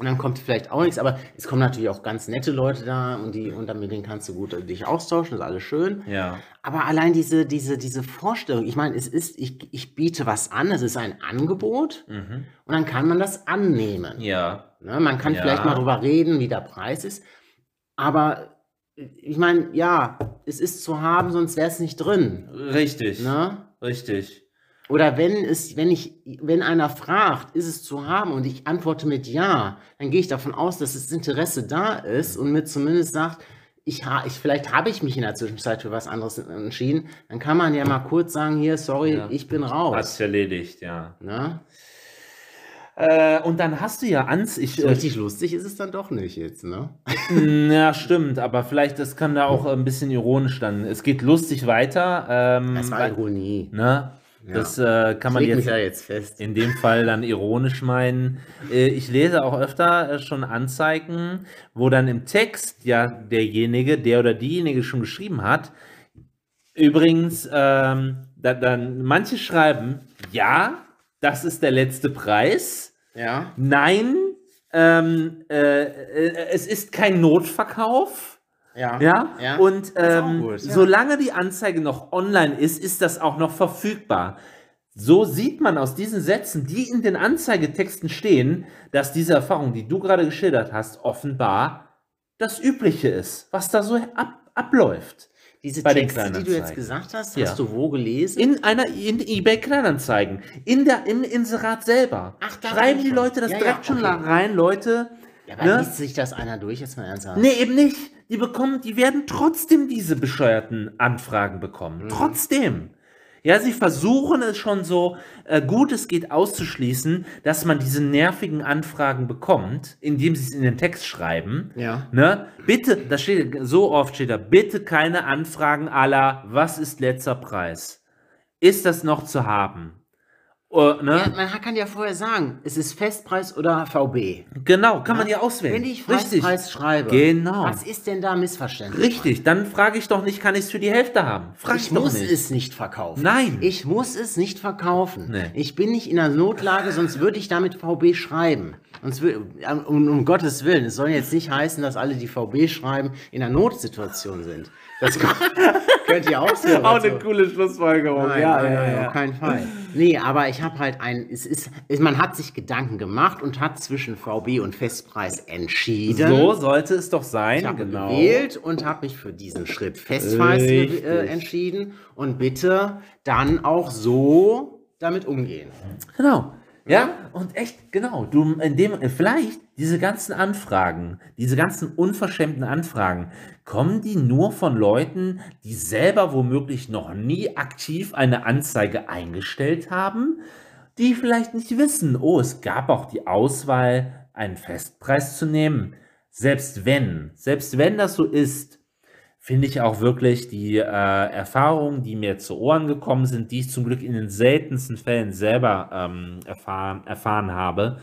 Und dann kommt vielleicht auch nichts, aber es kommen natürlich auch ganz nette Leute da und die, und dann mit denen kannst du gut äh, dich austauschen, ist alles schön.
Ja.
Aber allein diese, diese, diese Vorstellung, ich meine, es ist, ich, ich biete was an, es ist ein Angebot
Mhm.
und dann kann man das annehmen.
Ja.
Ne? Man kann
Ja.
vielleicht mal drüber reden, wie der Preis ist. Aber äh, ich meine, ja, es ist zu haben, sonst wäre es nicht drin.
Richtig.
Ne?
Richtig.
Oder wenn es, wenn ich, wenn einer fragt, ist es zu haben und ich antworte mit ja, dann gehe ich davon aus, dass das Interesse da ist und mir zumindest sagt, ich ha, ich, vielleicht habe ich mich in der Zwischenzeit für was anderes entschieden, dann kann man ja mal kurz sagen, hier, sorry,
Ja.
ich bin
Hat's
raus.
erledigt, ja.
Ne?
Äh, und dann hast du ja Hm, ans, ich,
So
äh,
richtig lustig ist es dann doch nicht jetzt, ne?
Ja, stimmt, aber vielleicht, das kann da auch ein bisschen ironisch dann. Es geht lustig weiter. Ähm,
Das war
weil-
Ironie.
ne? Das äh, kann man
Leg mich
jetzt
da jetzt fest.
in dem Fall dann ironisch meinen. Äh, ich lese auch öfter äh, schon Anzeigen, wo dann im Text ja derjenige, der oder diejenige schon geschrieben hat, übrigens, ähm, da, dann manche schreiben, ja, das ist der letzte Preis.
Ja.
Nein, ähm, äh, äh, es ist kein Notverkauf.
Ja.
Ja,
Ja.
und
Ist auch
ähm,
gut, ja.
solange die Anzeige noch online ist, ist das auch noch verfügbar. So sieht man aus diesen Sätzen, die in den Anzeigetexten stehen, dass diese Erfahrung, die du gerade geschildert hast, offenbar das Übliche ist, was da so ab, abläuft.
Diese
Bei den
Texte, die du jetzt
Kleinanzeigen.
gesagt hast, hast
Ja.
du wo gelesen?
In einer in eBay Kleinanzeigen, in der im Inserat selber.
Ach, da
Schreiben die
schon.
Leute das
Ja, ja,
direkt schon
okay.
rein, Leute.
ja, aber
ne?
liest sich das einer durch, jetzt mal ernsthaft?
Nee, eben nicht. Die bekommen, die werden trotzdem diese bescheuerten Anfragen bekommen.
Mhm.
Trotzdem. Ja, sie versuchen es schon so äh, gut es geht auszuschließen, dass man diese nervigen Anfragen bekommt, indem sie es in den Text schreiben.
Ja.
Ne? Bitte, da steht so oft steht da, bitte keine Anfragen aller, was ist letzter Preis? Ist das noch zu haben? Äh, ne?
Ja, man kann ja vorher sagen, es ist Festpreis oder VB.
Genau, kann man ja auswählen.
Wenn ich Festpreis schreibe,
Genau.
was ist denn da Missverständnis?
Richtig, dann frage ich doch nicht, kann ich es für die Hälfte haben? Frag
Ich
ich doch
muss
nicht.
es nicht verkaufen.
Nein.
Ich muss es nicht verkaufen.
Nee.
Ich bin nicht in der Notlage, sonst würde ich damit VB schreiben. Sonst wür- um, um Gottes Willen, es soll jetzt nicht heißen, dass alle, die VB schreiben, in einer Notsituation sind. Das könnt ihr auch so
Auch eine coole Schlussfolgerung.
Nein,
ja,
nein,
ja,
nein,
ja.
auf keinen Fall. Nee, aber ich habe halt ein, es ist, es, man hat sich Gedanken gemacht und hat zwischen VB und Festpreis entschieden.
So sollte es doch sein.
ich habe
genau.
gewählt und habe mich für diesen Schritt Festpreis
Richtig.
ge- äh, entschieden und bitte dann auch so damit umgehen.
Genau. Ja, und echt, genau. Du, in dem, vielleicht diese ganzen Anfragen, diese ganzen unverschämten Anfragen, kommen die nur von Leuten, die selber womöglich noch nie aktiv eine Anzeige eingestellt haben, die vielleicht nicht wissen, oh, es gab auch die Auswahl, einen Festpreis zu nehmen. Selbst wenn, selbst wenn das so ist, finde ich auch wirklich die äh, Erfahrungen, die mir zu Ohren gekommen sind, die ich zum Glück in den seltensten Fällen selber ähm, erfahren, erfahren habe,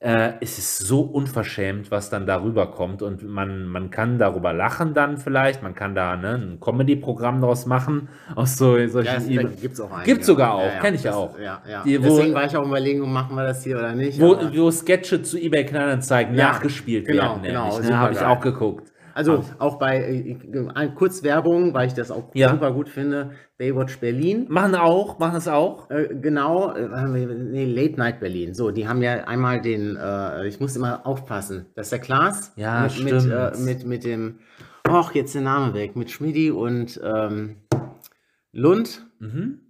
äh, es ist so unverschämt, was dann darüber kommt. Und man, man kann darüber lachen dann vielleicht, man kann da ne, ein Comedy-Programm daraus machen. Aus so,
Ja,
solchen
gibt gibt's auch einige.
Gibt's sogar auch,
ja,
kenn ich ja
das-
auch.
Ja, ja.
Die- wo-
Deswegen war ich auch überlegen, machen wir das hier oder nicht.
wo,
aber-
wo Sketche zu eBay Kleinanzeigen
Ja,
nachgespielt
genau,
werden.
genau,
nämlich, ne,
supergeil.
Habe ich auch geguckt.
Also auch bei äh, äh, kurz Werbung, weil ich das auch
Ah. Ja.
super gut finde. Baywatch Berlin.
Machen auch, machen es auch.
Äh, genau, äh, haben wir- nee, Late Night Berlin. So, die haben ja einmal den, äh, ich muss immer aufpassen, dass der Klaas
Ja,
mit, mit,
stimmt.
äh, mit, mit dem, och, jetzt der Name weg, mit Schmidi und ähm, Lund.
Mhm.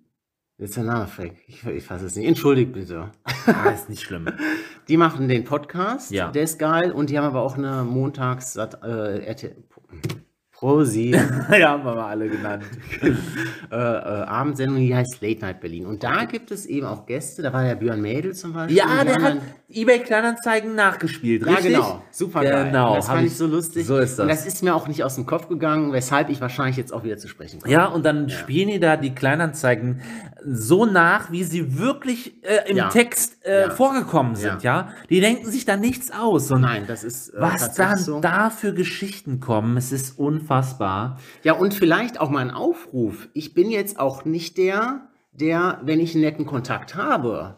Jetzt ist der Name weg. Ich, ich fasse es nicht. Entschuldigt bitte.
Ah, ist nicht schlimm.
Die machen den Podcast,
Ja.
der ist geil, und die haben aber auch eine montags äh, RTL Pro 7.
ja, haben wir mal alle genannt.
äh, äh, Abendsendung, die heißt Late Night Berlin. Und da gibt es eben auch Gäste, da war der Björn Mädel zum Beispiel.
Ja,
Die
der hat
anderen-
eBay Kleinanzeigen nachgespielt,
ja,
richtig?
genau. Super geil.
Genau,
Und das
hab
fand
ich-
ich so lustig.
so ist das.
Und das ist mir auch nicht aus dem Kopf gegangen, weshalb ich wahrscheinlich jetzt auch wieder zu sprechen komme.
Ja, und dann spielen die da die Kleinanzeigen so nach, wie sie wirklich äh, im
Ja.
Text äh,
Ja.
vorgekommen sind, ja. Die denken sich da nichts aus. Und
Nein, das ist äh,
was
tatsächlich
dann
so.
da für Geschichten kommen, es ist unfassbar.
Ja, und vielleicht auch mal ein Aufruf. Ich bin jetzt auch nicht der, der, wenn ich einen netten Kontakt habe,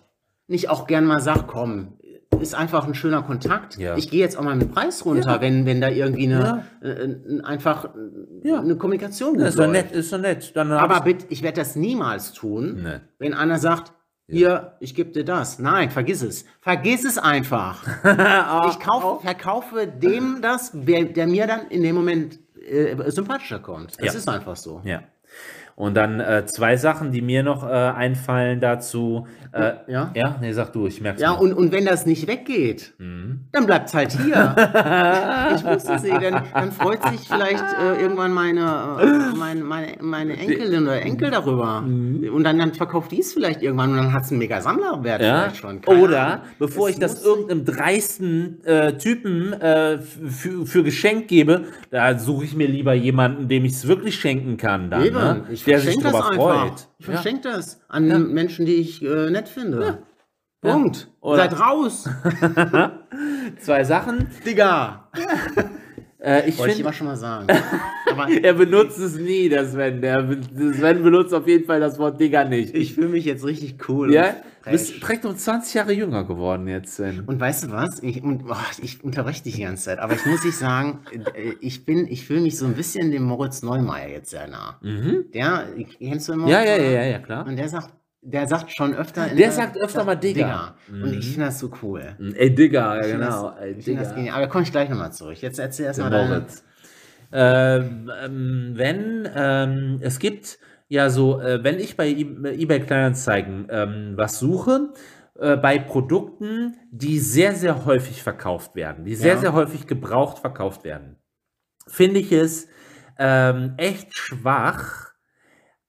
nicht auch gern mal sagt, komm, ist einfach ein schöner Kontakt.
Ja.
Ich gehe jetzt auch mal einen Preis runter, wenn, wenn da irgendwie eine, äh, äh, einfach äh,
Ja.
eine Kommunikation
Das
gut
ist doch
läuft.
nett, ist doch nett. Dann hab
Aber bitte, ich werde das niemals tun,
Nee.
wenn einer sagt, hier, ich gebe dir das. Nein, vergiss es. Vergiss es einfach. ich kauf, verkaufe dem das, wer, der mir dann in dem Moment äh, sympathischer kommt. Das
Ja.
ist einfach so.
Ja. Und dann äh, zwei Sachen, die mir noch äh, einfallen dazu. Äh,
Ja.
Ja, nee, sag du, ich merk's.
Ja,
noch.
und, und wenn das nicht weggeht,
Mhm.
dann bleibt es halt hier. ich wusste es nicht, dann, dann freut sich vielleicht äh, irgendwann meine, äh, meine, meine, meine Enkelin oder Enkel darüber.
Mhm.
Und dann, dann verkauft die es vielleicht irgendwann und dann hat es einen mega Sammlerwert
Ja.
vielleicht schon. Keine
Oder
Ahnung.
bevor
Es
ich das
muss-
irgendeinem dreisten äh, Typen äh, f- für, für Geschenk gebe, da suche ich mir lieber jemanden, dem ich es wirklich schenken kann. Dann,
Eben,
ne?
ich
Der sich
verschenke das
darüber
einfach.
freut.
Ich verschenke das an Menschen, die ich äh, nett finde. Punkt.
Oder-
Seid raus,
Zwei Sachen.
Digga.
Äh,
Wollte ich
ich finde.
immer schon mal sagen. Aber
Er benutzt es nie, der Sven. Der, der Sven benutzt auf jeden Fall das Wort Digger nicht.
ich fühle mich jetzt richtig cool.
ja?
und
Du
fresh.
bist direkt um 20 Jahre jünger geworden jetzt, Sven.
Und weißt du was? Ich, und, boah, ich unterbreche dich die ganze Zeit, aber ich muss dich sagen, äh, ich bin, ich fühle mich so ein bisschen dem Moritz Neumeier jetzt sehr nah. Der, kennst du den Moritz?
Mhm. Ja, ja, ja,
Neumeier?
ja, ja, klar.
Und der sagt, der sagt schon öfter. in
Der sagt öfter mal
Digga.
Digga.
Und ich finde das so cool.
Ey, Digga,
Ich finde
genau.
das,
Ey,
ich finde das
Digga.
genial. Aber da komme ich gleich nochmal zurück. Jetzt erzähl erstmal deine.
Moritz. Ähm, ähm, wenn, ähm, es gibt ja so, äh, wenn ich bei I- eBay Kleinanzeigen ähm, was suche, äh, bei Produkten, die sehr, sehr häufig verkauft werden, die sehr,
Ja.
sehr häufig gebraucht verkauft werden, finde ich es ähm, echt schwach,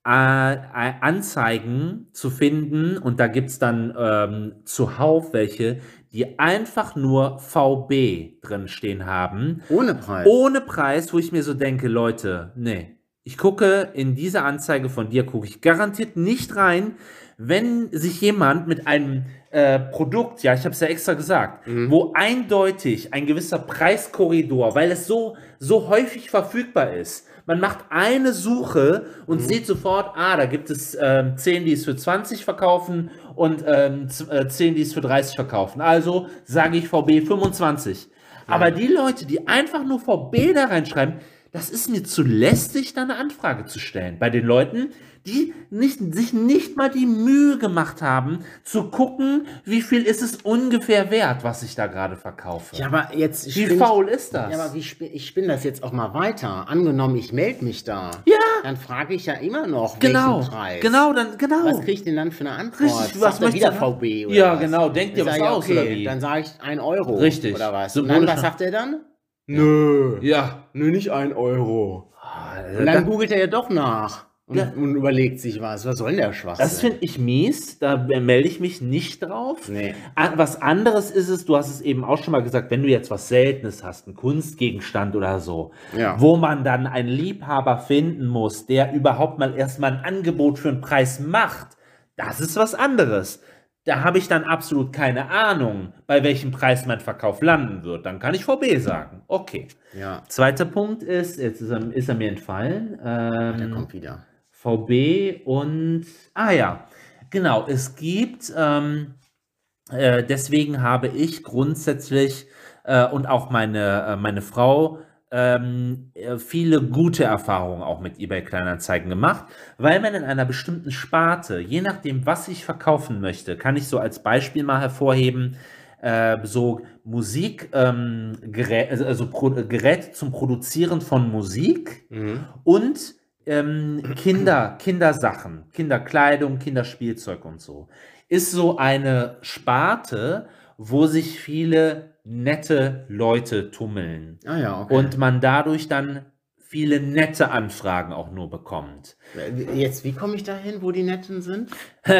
äh, äh, Anzeigen zu finden und da gibt es dann ähm, zuhauf welche, die einfach nur VB drin stehen haben,
Ohne Preis.
ohne Preis, wo ich mir so denke, Leute, nee, ich gucke in diese Anzeige von dir, gucke ich garantiert nicht rein, wenn sich jemand mit einem äh, Produkt, ja, ich habe es ja extra gesagt, wo eindeutig ein gewisser Preiskorridor, weil es so, so häufig verfügbar ist, man macht eine Suche und sieht sofort, ah, da gibt es ähm, 10, die es für 20 verkaufen und ähm, z- äh, 10, die es für 30 verkaufen. Also sage ich VB 25. Aber die Leute, die einfach nur VB da reinschreiben, das ist mir zu lästig, da eine Anfrage zu stellen. Bei den Leuten, die nicht, sich nicht mal die Mühe gemacht haben, zu gucken, wie viel ist es ungefähr wert, was ich da gerade verkaufe.
Ja, aber jetzt.
wie
spinnt-
faul ist das?
Ja, aber wie spin, ich spinne das jetzt auch mal weiter. Angenommen, ich melde mich da.
Ja.
Dann frage ich ja immer noch,
genau,
welchen Preis.
genau, dann, genau.
Was krieg ich denn dann für eine Antwort?
Richtig, was
Sagt er
möchtest
wieder
du- ne?
VB oder
Ja,
was?
genau, denk dir
Dann
was
sag ich,
aus, oder wie?
Dann sage ich 1 Euro.
Richtig.
Oder was?
So
Und dann,
wurde
was
schon-
sagt er dann? Nö.
ja.
Nö, nicht 1 Euro.
Ah,
Und dann googelt er ja doch nach. Und,
Ja.
und überlegt sich was. Was soll denn der Schwachsinn?
Das finde ich mies, da melde ich mich nicht drauf.
Nee.
A- Was anderes ist es, du hast es eben auch schon mal gesagt, wenn du jetzt was Seltenes hast, einen Kunstgegenstand oder so,
Ja.
wo man dann einen Liebhaber finden muss, der überhaupt mal erstmal ein Angebot für einen Preis macht, das ist was anderes. da habe ich dann absolut keine Ahnung, bei welchem Preis mein Verkauf landen wird. Dann kann ich VB sagen. Okay.
Ja,
Zweiter Punkt ist, jetzt ist er, ist er mir entfallen.
der
Ähm,
kommt wieder.
VB und. Ah ja, genau. Es gibt. Ähm, äh, deswegen habe ich grundsätzlich äh, und auch meine, äh, meine Frau ähm, äh, viele gute Erfahrungen auch mit eBay Kleinanzeigen gemacht, weil man in einer bestimmten Sparte, je nachdem, was ich verkaufen möchte, kann ich so als Beispiel mal hervorheben, äh, so Musik, ähm, Gerä also, also Pro Gerät zum Produzieren von Musik und ähm, Kinder, Kindersachen, Kinderkleidung, Kinderspielzeug und so, ist so eine Sparte, wo sich viele nette Leute tummeln
Ah ja, okay.
und man dadurch dann viele nette Anfragen auch nur bekommt.
jetzt, wie komme ich da hin, wo die Netten sind?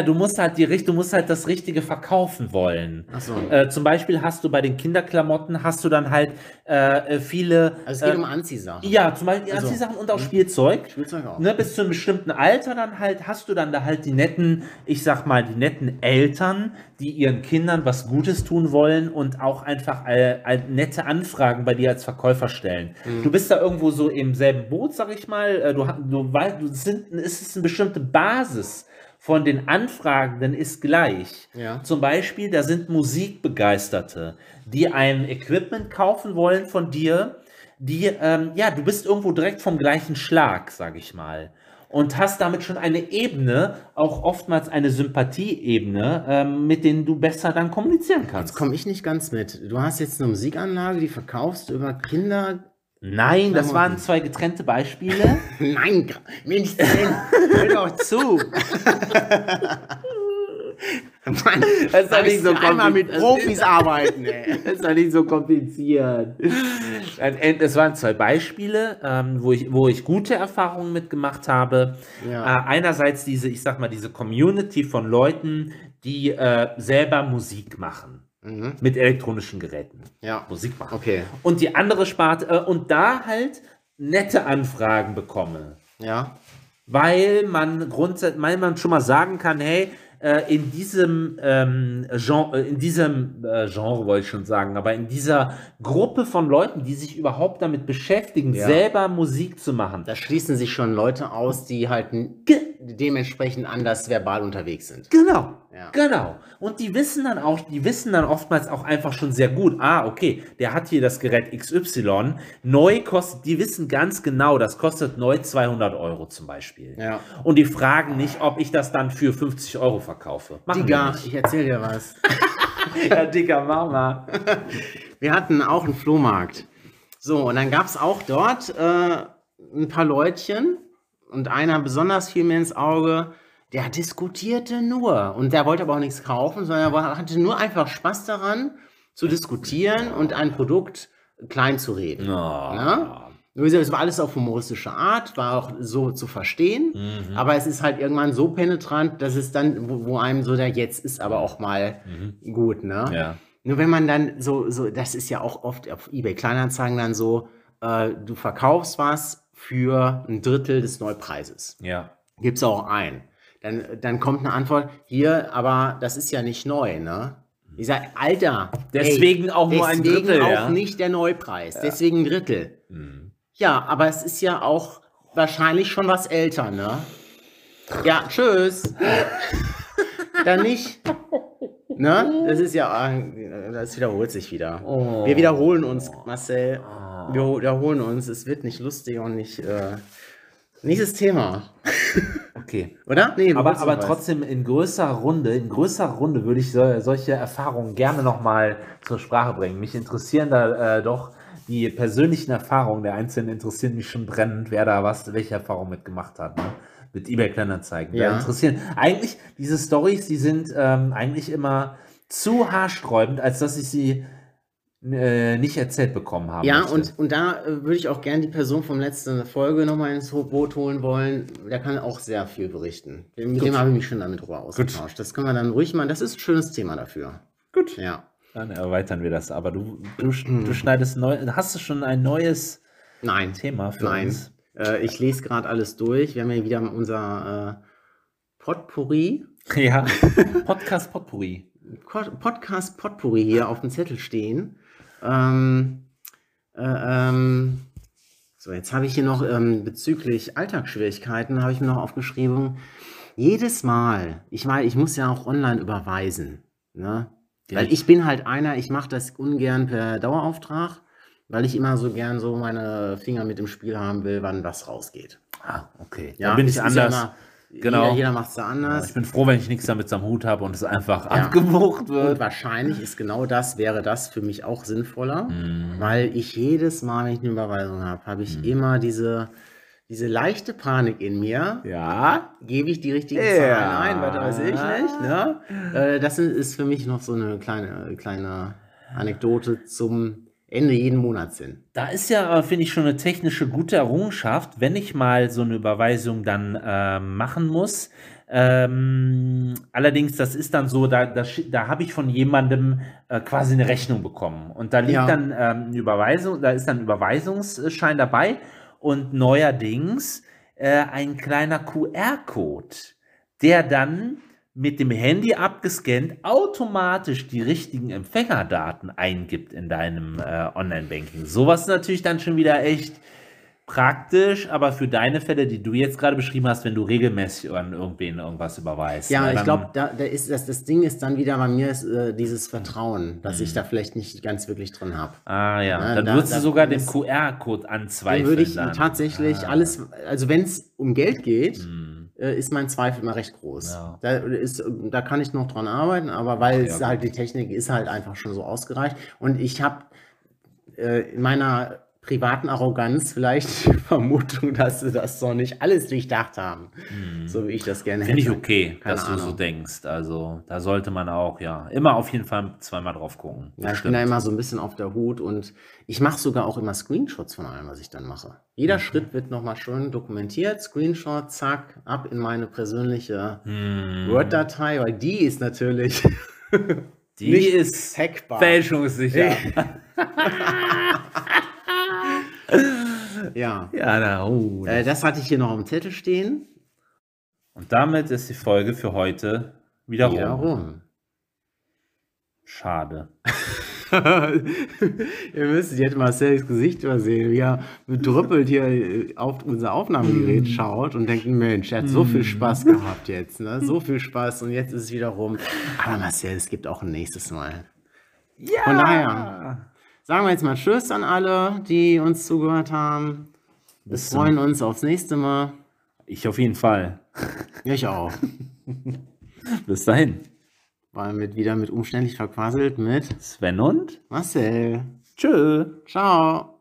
Du musst halt die Richt- du musst halt das Richtige verkaufen wollen.
Achso.
Äh, zum Beispiel hast du bei den Kinderklamotten hast du dann halt äh, äh, viele
Also es geht
äh,
um Anziehsachen.
ja zum Beispiel
Also.
Anziehsachen und auch Spielzeug.
Spielzeug auch.
ne, bis zu einem bestimmten Alter dann halt, hast du dann da halt die netten, ich sag mal, die netten Eltern, die ihren Kindern was Gutes tun wollen und auch einfach äh, äh, nette Anfragen bei dir als Verkäufer stellen. Du bist da irgendwo so im selben Boot, sag ich mal, äh, du, ha- du weißt, du sind, es ist eine bestimmte Basis von den Anfragenden ist gleich.
Ja.
Zum Beispiel, da sind Musikbegeisterte, die ein Equipment kaufen wollen von dir, die, ähm, ja, du bist irgendwo direkt vom gleichen Schlag, sag ich mal. Und hast damit schon eine Ebene, auch oftmals eine Sympathieebene, ähm, mit denen du besser dann kommunizieren kannst.
Komme ich nicht ganz mit. Du hast jetzt eine Musikanlage, die verkaufst du über Kinder.
Nein, das
Klamotten.
waren zwei getrennte Beispiele.
Nein, Gra- Mensch, Sven, hör doch zu. Mann,
Das ist doch nicht so
einmal mit
kompliziert.
Profis arbeiten, ey.
Das ist doch nicht so kompliziert. Ein End- Es waren zwei Beispiele, ähm, wo, ich, wo ich gute Erfahrungen mitgemacht habe.
Ja.
Äh, einerseits diese, ich sag mal, diese Community von Leuten, die äh, selber Musik machen.
Mhm.
Mit elektronischen Geräten.
Ja,
Musik machen.
okay.
Und die andere Sparte, äh, und da halt nette Anfragen bekomme.
Ja,
Weil man grundsätzlich, weil man schon mal sagen kann, hey, äh, in diesem ähm, Genre, in diesem äh, Genre wollte ich schon sagen, aber in dieser Gruppe von Leuten, die sich überhaupt damit beschäftigen,
Ja.
selber Musik zu machen.
da schließen sich schon Leute aus, die halt n- dementsprechend anders verbal unterwegs sind.
Genau,
Ja.
genau. Und die wissen dann auch, die wissen dann oftmals auch einfach schon sehr gut, ah, okay, der hat hier das Gerät XY, neu kostet, die wissen ganz genau, das kostet neu 200 Euro zum Beispiel.
Ja.
Und die fragen nicht, ob ich das dann für 50 Euro verkaufe. Machen
Digga,
die
ich erzähl dir was.
nicht. Ja, Digga, Mama.
Wir hatten auch einen Flohmarkt. So, und dann gab es auch dort äh, ein paar Leutchen und einer besonders fiel mir ins Auge, der diskutierte nur. Und der wollte aber auch nichts kaufen, sondern er hatte nur einfach Spaß daran, zu diskutieren und ein Produkt klein zu reden.
Oh.
Ja? Wie gesagt, Es war alles auf humoristische Art, war auch so zu verstehen, aber es ist halt irgendwann so penetrant, dass es dann, wo, wo einem so der Jetzt ist aber auch mal gut, ne?
Ja.
Nur wenn man dann so, so, das ist ja auch oft auf eBay Kleinanzeigen dann so, äh, du verkaufst was für ein Drittel des Neupreises.
Ja.
Gibst auch ein. Dann, dann kommt eine Antwort, hier, aber das ist ja nicht neu, ne? Ich sag, Alter,
Deswegen auch nur ein
deswegen
Drittel,
auch
ja. Mhm.
nicht der Neupreis, deswegen ein Drittel. Ja, aber es ist ja auch wahrscheinlich schon was älter, ne? Ja, tschüss. Dann nicht. Ne? Das ist ja, äh, das wiederholt sich wieder.
Oh.
Wir wiederholen uns, Marcel.
Ah.
Wir ho- wiederholen uns. Es wird nicht lustig und nicht. Äh, nächstes Thema,
Okay.
oder? Nee, du
Aber,
willst noch
aber
was.
trotzdem in größerer Runde, in größerer Runde würde ich so, solche Erfahrungen gerne nochmal zur Sprache bringen. Mich interessieren da äh, doch die persönlichen Erfahrungen der Einzelnen interessieren mich schon brennend, wer da was, welche Erfahrung mitgemacht hat, ne? Mit eBay Kleinanzeigen. Ja.
Ja.
Interessieren. Eigentlich, diese Stories, die sind ähm, eigentlich immer zu haarsträubend, als dass ich sie äh, nicht erzählt bekommen habe.
Ja, und, und da äh, würde ich auch gerne die Person vom letzten Folge nochmal ins Ho- Boot holen wollen. Der kann auch sehr viel berichten. Mit dem habe ich mich schon damit drüber ausgetauscht. Das können wir dann ruhig machen. Das ist ein schönes Thema dafür. Gut. Ja.
Dann erweitern wir das. Aber du, du, du schneidest neu. Hast du schon ein neues
Nein.
Thema für
Nein.
uns?
Äh, ich lese gerade alles durch. Wir haben ja wieder unser äh, Potpourri.
Ja. Podcast Potpourri.
Pod- Podcast Potpourri hier auf dem Zettel stehen. Ähm, äh, ähm, so, jetzt habe ich hier noch ähm, bezüglich Alltagsschwierigkeiten, habe ich mir noch aufgeschrieben, jedes Mal, ich meine, ich muss ja auch online überweisen. Ne?
Ja.
Weil ich bin halt einer, ich mache das ungern per Dauerauftrag, weil ich immer so gern so meine Finger mit im Spiel haben will, wann was rausgeht.
Ah, okay.
Ja,
Ja, bin ich
es ist ja
anders.
immer-
Genau.
Jeder, jeder macht es da anders.
ich bin froh, wenn ich nichts damit am Hut habe und es einfach
Und
abgebucht wird.
wahrscheinlich ist genau das, wäre das für mich auch sinnvoller,
Mhm.
weil ich jedes Mal, wenn ich eine Überweisung habe, habe ich immer diese, diese leichte Panik in mir.
Ja.
Gebe ich die richtigen
Ja.
Zahlen ein, was weiß ich nicht. Ne? Äh, das sind- ist für mich noch so eine kleine, kleine Anekdote zum Ende jeden Monats hin.
Da ist ja, äh, finde ich, schon eine technische gute Errungenschaft, wenn ich mal so eine Überweisung dann ähm, machen muss. Ähm, allerdings, das ist dann so, da, da, schi- da habe ich von jemandem äh, quasi eine Rechnung bekommen. Und da liegt
Ja.
dann ähm, eine Überweisung, da ist dann ein Überweisungsschein dabei und neuerdings äh, ein kleiner QR-Code, der dann mit dem Handy abgescannt automatisch die richtigen Empfängerdaten eingibt in deinem äh, Online-Banking. Sowas ist natürlich dann schon wieder echt praktisch, aber für deine Fälle, die du jetzt gerade beschrieben hast, wenn du regelmäßig an irgendwen irgendwas überweist.
Ja,
ne,
ich
dann-
glaube, da, da ist das, das Ding ist dann wieder bei mir ist, äh, dieses Vertrauen, dass
Mhm.
ich da vielleicht nicht ganz wirklich drin habe.
Ah ja,
Ne,
dann
da-
würdest
da-
du sogar den
das-
QR-Code
Dann
anzweifeln.
würde ich
dann.
tatsächlich
Ah.
alles, also wenn es um Geld geht,
Hm.
äh, ist mein Zweifel immer recht groß.
Ja.
Da, ist, da kann ich noch dran arbeiten, aber weil
Ja,
es
gut.
halt die Technik ist halt einfach schon so ausgereicht. Und ich habe äh, in meiner privaten Arroganz vielleicht die Vermutung, dass sie das noch nicht alles durchdacht haben, so wie ich das gerne
Mhm. Finde ich
hätte.
okay,
Keine
dass du so
Ahnung.
denkst. Also da sollte man auch, ja, immer auf jeden Fall zweimal drauf gucken.
Ja, ich bin
Stimmt.
da immer so ein bisschen auf der Hut und ich mache sogar auch immer Screenshots von allem, was ich dann mache. Jeder
Mhm.
Schritt wird nochmal schön dokumentiert. Screenshot, zack, ab in meine persönliche
Hm.
Word-Datei, weil die ist natürlich
Die
nicht
ist
hackbar.
fälschungssicher.
Ja.
ja, na, oh.
Äh, das hatte ich hier noch am Zettel stehen.
Und damit ist die Folge für heute wieder
Ja,
rum.
rum.
Schade.
Ihr müsstet jetzt Marcells Gesicht übersehen, wie er bedrüppelt hier äh, auf unser Aufnahmegerät schaut und denkt, Mensch, er hat so viel Spaß gehabt jetzt, ne? So viel Spaß und jetzt ist es wieder rum. Aber Marcel, es gibt auch ein nächstes Mal.
Ja.
Von daher. Sagen wir jetzt mal Tschüss an alle, die uns zugehört haben. Wir
Bis
freuen uns aufs nächste Mal.
Ich auf jeden Fall.
Ich auch.
Bis dahin.
War mit wieder mit umständlich verquasselt mit
Sven und
Marcel.
tschö.
Ciao.